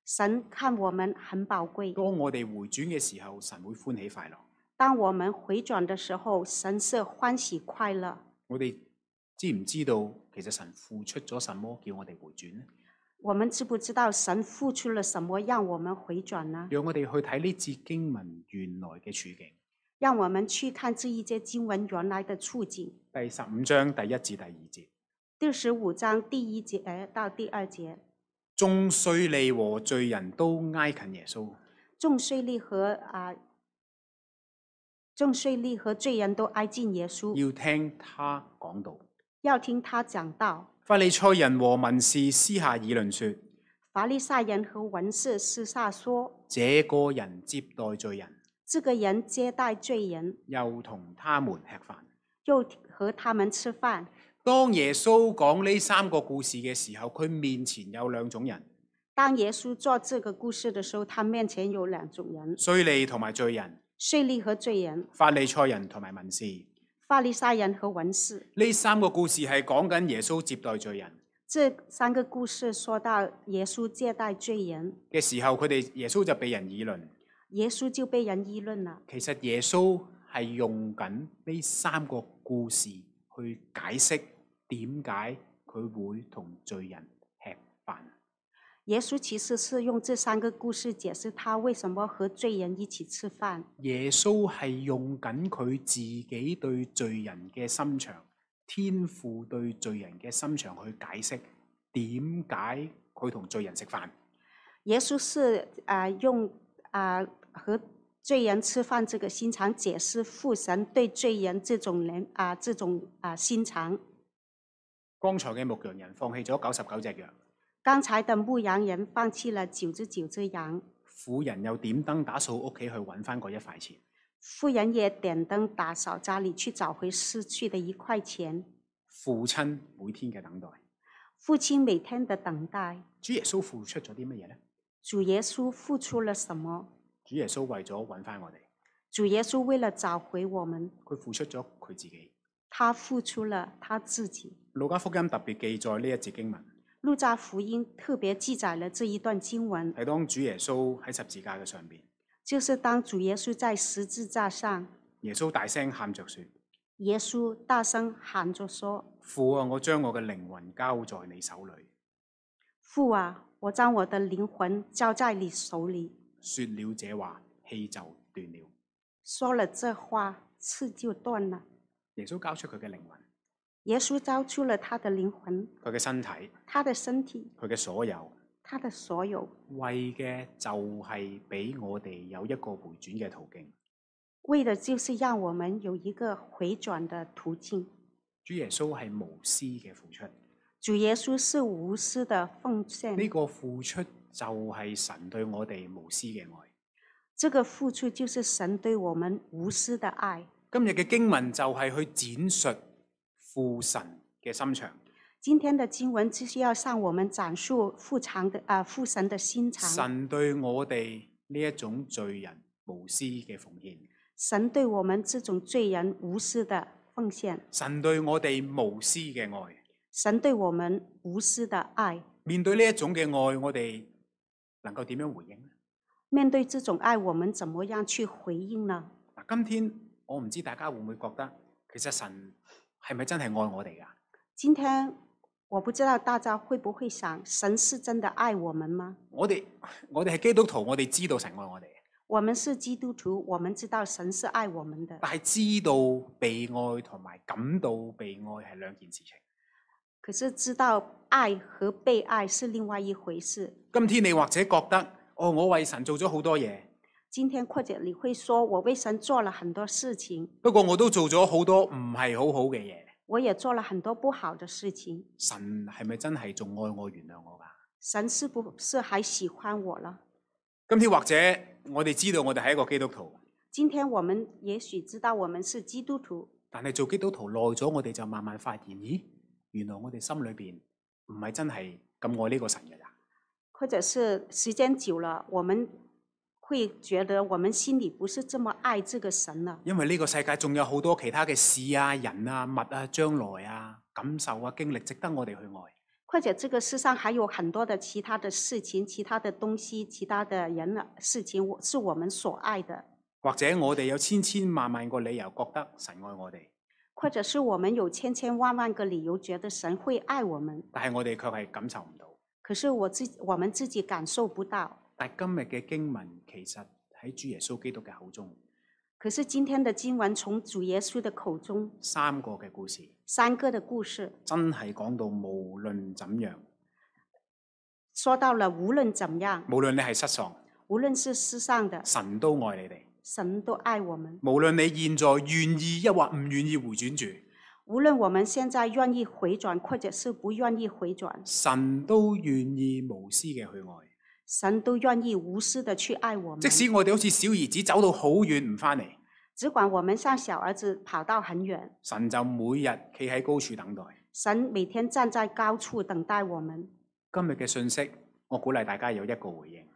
[SPEAKER 2] 神看我们很宝贵。
[SPEAKER 1] 當我哋回轉嘅時候，神會歡喜快樂。
[SPEAKER 2] 当我们回转的时候，神是欢喜快乐。
[SPEAKER 1] 我哋知唔知道其實神付出咗什麼叫我哋回轉呢？
[SPEAKER 2] 我们知不知道神付出了什么让我们回转呢？
[SPEAKER 1] 讓我哋去睇呢節經文原來嘅處境。
[SPEAKER 2] 让我们去看这一节经文原来的处境。
[SPEAKER 1] 第十五章第一至第二節，
[SPEAKER 2] 第十五章第一节呃到第二节，
[SPEAKER 1] 眾税吏和罪人都挨近耶穌，
[SPEAKER 2] 众税吏和啊、众税吏和罪人都挨近耶稣，
[SPEAKER 1] 要聽他講道。
[SPEAKER 2] 要聽他讲道。
[SPEAKER 1] 法利賽人和文士私下議論說：
[SPEAKER 2] 法利赛人和文士私下说，
[SPEAKER 1] 這個人接待罪人，
[SPEAKER 2] 这个人接待罪人，
[SPEAKER 1] 又同他們吃飯。
[SPEAKER 2] 又和他们吃饭。
[SPEAKER 1] 當耶穌講呢三個故事嘅時候，佢面前有兩種人：
[SPEAKER 2] 当耶稣做这个故事的时候，他面前有两种人：
[SPEAKER 1] 税吏同埋罪人，
[SPEAKER 2] 税吏和罪人，
[SPEAKER 1] 法利賽人同埋文士。
[SPEAKER 2] 法利赛人和文士。
[SPEAKER 1] 呢三個故事係講緊耶穌接待罪人
[SPEAKER 2] 这三个故事说到耶稣接待罪人，
[SPEAKER 1] 嘅時候，佢哋耶穌就被人議論。
[SPEAKER 2] 耶稣就被人议论了。
[SPEAKER 1] 其實耶穌係用緊呢三個故事去解釋點解佢會同罪人吃飯。
[SPEAKER 2] 耶稣其实是用这三个故事解释他为什么和罪人一起吃饭。
[SPEAKER 1] 耶穌係用緊佢自己對罪人嘅心腸，天父對罪人嘅心腸去解釋點解佢同罪人食飯。
[SPEAKER 2] 耶稣是啊、呃用啊、呃和罪人吃饭这个心肠解释父神对罪人这种人啊、这种啊、心肠。
[SPEAKER 1] 剛才嘅牧羊人放棄咗九十九隻羊，
[SPEAKER 2] 刚才的牧羊人放弃了九只九只羊，
[SPEAKER 1] 婦人又點燈打掃屋企去揾翻嗰一塊錢。
[SPEAKER 2] 富人也点灯打扫家里去找回失去的一块钱。
[SPEAKER 1] 父親每天嘅等待，
[SPEAKER 2] 父亲每天的等待，
[SPEAKER 1] 主耶穌付出咗啲乜嘢呢？
[SPEAKER 2] 主耶稣付出了什么？
[SPEAKER 1] 主耶穌為咗揾翻我哋，
[SPEAKER 2] 主主耶稣为了找回我们，
[SPEAKER 1] 佢付出咗佢自己。
[SPEAKER 2] 他付出了他自己。
[SPEAKER 1] 路加福音特別記載呢一節經文，
[SPEAKER 2] 路加福音特別記載了這一段經文，
[SPEAKER 1] 係當主耶穌喺十字架嘅上邊，
[SPEAKER 2] 就是當主耶穌在十字架上，
[SPEAKER 1] 耶穌大聲喊着説：
[SPEAKER 2] 耶穌大聲喊着說
[SPEAKER 1] 父啊，我將我嘅靈魂交在你手裏。：“
[SPEAKER 2] 父啊，我將我的靈魂交在你手裡。
[SPEAKER 1] 說了這話，氣就斷了。”
[SPEAKER 2] 說了這話，刺就斷了。
[SPEAKER 1] 耶穌交出佢嘅靈魂、
[SPEAKER 2] 耶穌交出了他的靈魂、
[SPEAKER 1] 佢嘅身體、佢
[SPEAKER 2] 他的身體、
[SPEAKER 1] 嘅所有，
[SPEAKER 2] 他的所有，
[SPEAKER 1] 為嘅就係俾我哋有一個回轉嘅途徑。
[SPEAKER 2] 為的就是讓我們有一個回轉的途徑。
[SPEAKER 1] 主耶穌係無私嘅付出，呢、
[SPEAKER 2] 主耶穌是無私的奉獻，
[SPEAKER 1] 個付出就係神對我哋無私嘅愛。
[SPEAKER 2] 這個付出就是神對我們無私的愛。
[SPEAKER 1] 今日嘅經文就係去展述父神嘅心腸，
[SPEAKER 2] 今天的经文就是要向我们展述父常的啊、父神的心肠，
[SPEAKER 1] 神對我哋呢一種罪人無私嘅奉獻，
[SPEAKER 2] 神对我们这种罪人无私的奉献，
[SPEAKER 1] 神對我哋無私嘅愛。
[SPEAKER 2] 神对我们无私的爱。
[SPEAKER 1] 面對呢一種嘅愛，我哋能夠點樣回應呢？
[SPEAKER 2] 面对这种爱，我们怎么样去回应呢？
[SPEAKER 1] 嗱，今天我唔知大家會唔會覺得，其實神係咪真係愛我哋㗎？
[SPEAKER 2] 今天我不知道大家会不会想，神是真的爱我们吗？
[SPEAKER 1] 我哋我哋係基督徒，我哋知道神愛我哋，
[SPEAKER 2] 我们是基督徒，我们知道神是爱我们的，
[SPEAKER 1] 但係知道被愛同埋感到被愛係兩件事情。
[SPEAKER 2] 可是知道爱和被爱是另外一回事。
[SPEAKER 1] 今天你或者覺得，哦，我為神做咗好多嘢，
[SPEAKER 2] 今天或者你会说，我为神做了很多事情，
[SPEAKER 1] 不過我都做咗好多唔係好好嘅嘢。
[SPEAKER 2] 我也做了很多不好的事情，
[SPEAKER 1] 神係咪真係仲愛我、原諒我㗎？
[SPEAKER 2] 神是不是还喜欢我了？
[SPEAKER 1] 今天或者我哋知道我哋係一個基督徒，
[SPEAKER 2] 今天我们也许知道我们是基督徒，
[SPEAKER 1] 但係做基督徒耐咗，我哋就慢慢發現，咦，原來我哋心裏邊唔係真係咁愛呢個神㗎咋。
[SPEAKER 2] 或者是时间久了，我们会觉得我们心里不是这么爱这个神了，
[SPEAKER 1] 因為呢個世界仲有好多其他嘅事啊、人啊、物啊、將來啊、感受啊、經歷，值得我哋去愛。
[SPEAKER 2] 或者这个世上还有很多的其他的事情、其他的东西、其他的人了事情，我是我们所爱的，
[SPEAKER 1] 或者我哋有千千萬萬個理由覺得神愛我哋，
[SPEAKER 2] 或者是我们有千千万万个理由觉得神会爱我们，
[SPEAKER 1] 但係我哋卻係感受唔到。
[SPEAKER 2] 可是我自我们自己感受不到。
[SPEAKER 1] 但今日嘅經文其實喺主耶穌基督嘅口中，
[SPEAKER 2] 可是今天的经文从主耶穌的口中，
[SPEAKER 1] 三個嘅故事
[SPEAKER 2] 三个的故事
[SPEAKER 1] 真係講到無論怎樣，
[SPEAKER 2] 说到了，无论怎么样，
[SPEAKER 1] 無論你係失喪，
[SPEAKER 2] 无论是世上的，
[SPEAKER 1] 神都愛你哋。
[SPEAKER 2] 神都愛我们。
[SPEAKER 1] 無論你現在願意抑或唔願意回轉住，
[SPEAKER 2] 无论我们现在愿意回转，或者是不愿意回转，
[SPEAKER 1] 神都願意無私嘅去愛。
[SPEAKER 2] 神都愿意无私的去愛我们。
[SPEAKER 1] 即使我哋好似小兒子走到好遠唔返嚟，
[SPEAKER 2] 只管我们像小儿子跑到很远，
[SPEAKER 1] 神就每日企喺高處等待。
[SPEAKER 2] 神每天站在高處等待我们。
[SPEAKER 1] 今日嘅信息，我鼓勵大家有一個回應，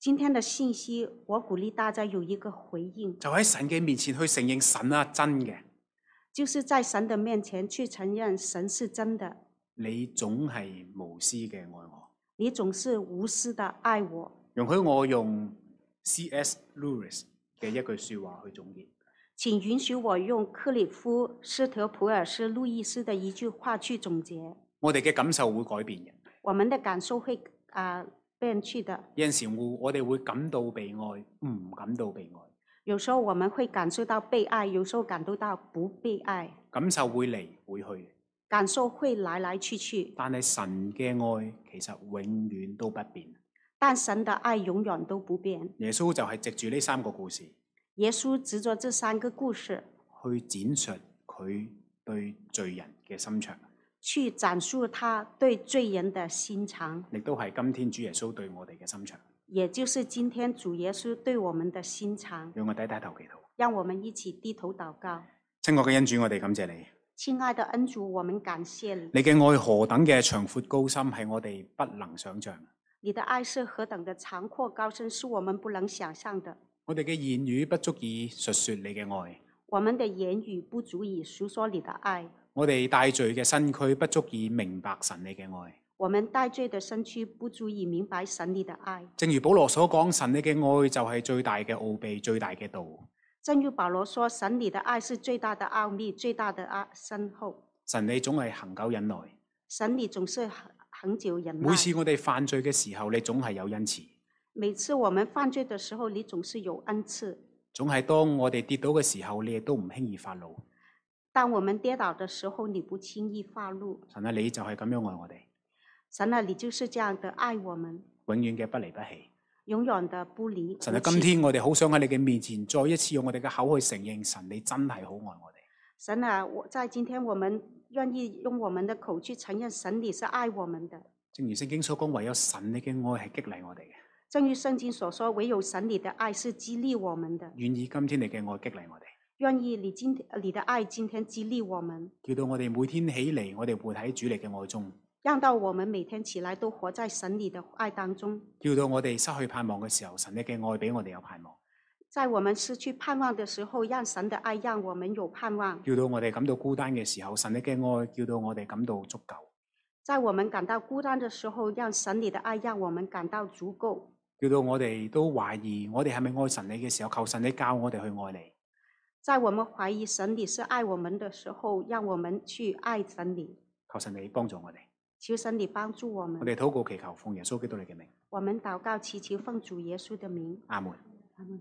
[SPEAKER 2] 今天的信息，我鼓勵大家有一个回應，
[SPEAKER 1] 就喺神嘅面前去承認神啊真嘅，
[SPEAKER 2] 就是在神的面前去承認神是真的，
[SPEAKER 1] 你總係無私嘅愛我。
[SPEAKER 2] 你总是無私的愛我。
[SPEAKER 1] 容許我用 C.S. Lewis 嘅一句説話去總結：
[SPEAKER 2] 请允许我用克里夫斯特普尔斯路易斯的一句话去总结：
[SPEAKER 1] 我哋嘅感受會改變嘅，
[SPEAKER 2] 我们的感受會啊、变去的。
[SPEAKER 1] 有陣時會我哋會感到被愛，唔感到被愛，
[SPEAKER 2] 有时候我们会感受到被爱，有时候感受到不被爱，
[SPEAKER 1] 感受會嚟會去，
[SPEAKER 2] 感受会来来去去。
[SPEAKER 1] 但係神嘅愛其實永遠都不變。
[SPEAKER 2] 但神的爱永远都不变。
[SPEAKER 1] 耶穌就係藉住呢三個故事
[SPEAKER 2] 耶稣执着这三个故事
[SPEAKER 1] 去展述佢對罪人嘅心腸，
[SPEAKER 2] 去展述他对罪人的心肠，
[SPEAKER 1] 亦都係今天主耶穌對我哋嘅心腸。
[SPEAKER 2] 也就是今天主耶稣对我们的心肠。
[SPEAKER 1] 讓我低低頭祈禱。
[SPEAKER 2] 让我们一起低头祷告，
[SPEAKER 1] 親愛嘅恩主，我哋感謝你，
[SPEAKER 2] 亲爱的恩主，我们感谢你。
[SPEAKER 1] 你嘅愛何等嘅長闊高深，係我哋不能想象。
[SPEAKER 2] 你的爱是何等的长阔高深，是我们不能想象的。
[SPEAKER 1] 我哋嘅言語不足以述說你嘅愛，
[SPEAKER 2] 我们的言语不足以诉说你的爱，
[SPEAKER 1] 我哋帶罪嘅身軀不足以明白神你嘅愛。
[SPEAKER 2] 我们带罪的身躯不足以明白神你的爱。
[SPEAKER 1] 正如保羅所講，神你嘅愛就係最大嘅奧秘、最大嘅道。
[SPEAKER 2] 正如保罗说：“神你的爱是最大的奥秘，最大的爱深厚。
[SPEAKER 1] 神你總係恒久忍耐，
[SPEAKER 2] 神你总是很很久忍耐。
[SPEAKER 1] 每次我哋犯罪嘅時候，你總係有恩慈；
[SPEAKER 2] 每次我们犯罪的时候，你总是有恩赐。
[SPEAKER 1] 總係當我哋跌倒嘅時候，你亦都唔輕易發怒。
[SPEAKER 2] 当我们跌倒的时候，你不轻易发怒。
[SPEAKER 1] 神啊，你就係咁樣愛我哋，
[SPEAKER 2] 神啊，你就是这样的爱我们，
[SPEAKER 1] 永遠嘅不離不棄。
[SPEAKER 2] 永远的不离不弃。
[SPEAKER 1] 神啊，今天我哋好想喺你嘅面前，再一次用我哋嘅口去承認，神你真係好愛我哋。
[SPEAKER 2] 神啊，我在今天我们愿意用我们的口去承认神你是爱我们的。
[SPEAKER 1] 正如聖經所講，唯有神你嘅愛係激勵我哋嘅。
[SPEAKER 2] 正如圣经所说，唯有神你的爱是激励我们的。
[SPEAKER 1] 願意今天你嘅愛激勵我哋，
[SPEAKER 2] 愿意你今天呃你的爱今天激励我们，
[SPEAKER 1] 叫到我哋每天起嚟，我哋活喺主你嘅愛中，
[SPEAKER 2] 让到我们每天起来都活在神你的爱当中。
[SPEAKER 1] 叫到我哋失去盼望嘅時候，神你嘅愛俾我哋有盼望，
[SPEAKER 2] 在我们失去盼望的时候，让神的爱让我们有盼望；
[SPEAKER 1] 叫到我哋感到孤單嘅時候，神你嘅愛叫到我哋感到足夠，
[SPEAKER 2] 在我们感到孤单的时候，让神你的爱让我们感到足够；
[SPEAKER 1] 叫到我哋都懷疑我哋係咪愛神你嘅時候，求神你教我哋去愛你，
[SPEAKER 2] 在我们怀疑神你是爱我们的时候，让我们去爱神你。
[SPEAKER 1] 求神你幫助我哋。
[SPEAKER 2] 求神你帮助我
[SPEAKER 1] 我
[SPEAKER 2] 们。
[SPEAKER 1] 哋禱告祈求，奉耶穌基督你嘅名，
[SPEAKER 2] 我们祷告，祈求奉主耶稣的名，
[SPEAKER 1] 阿門。
[SPEAKER 2] 阿门。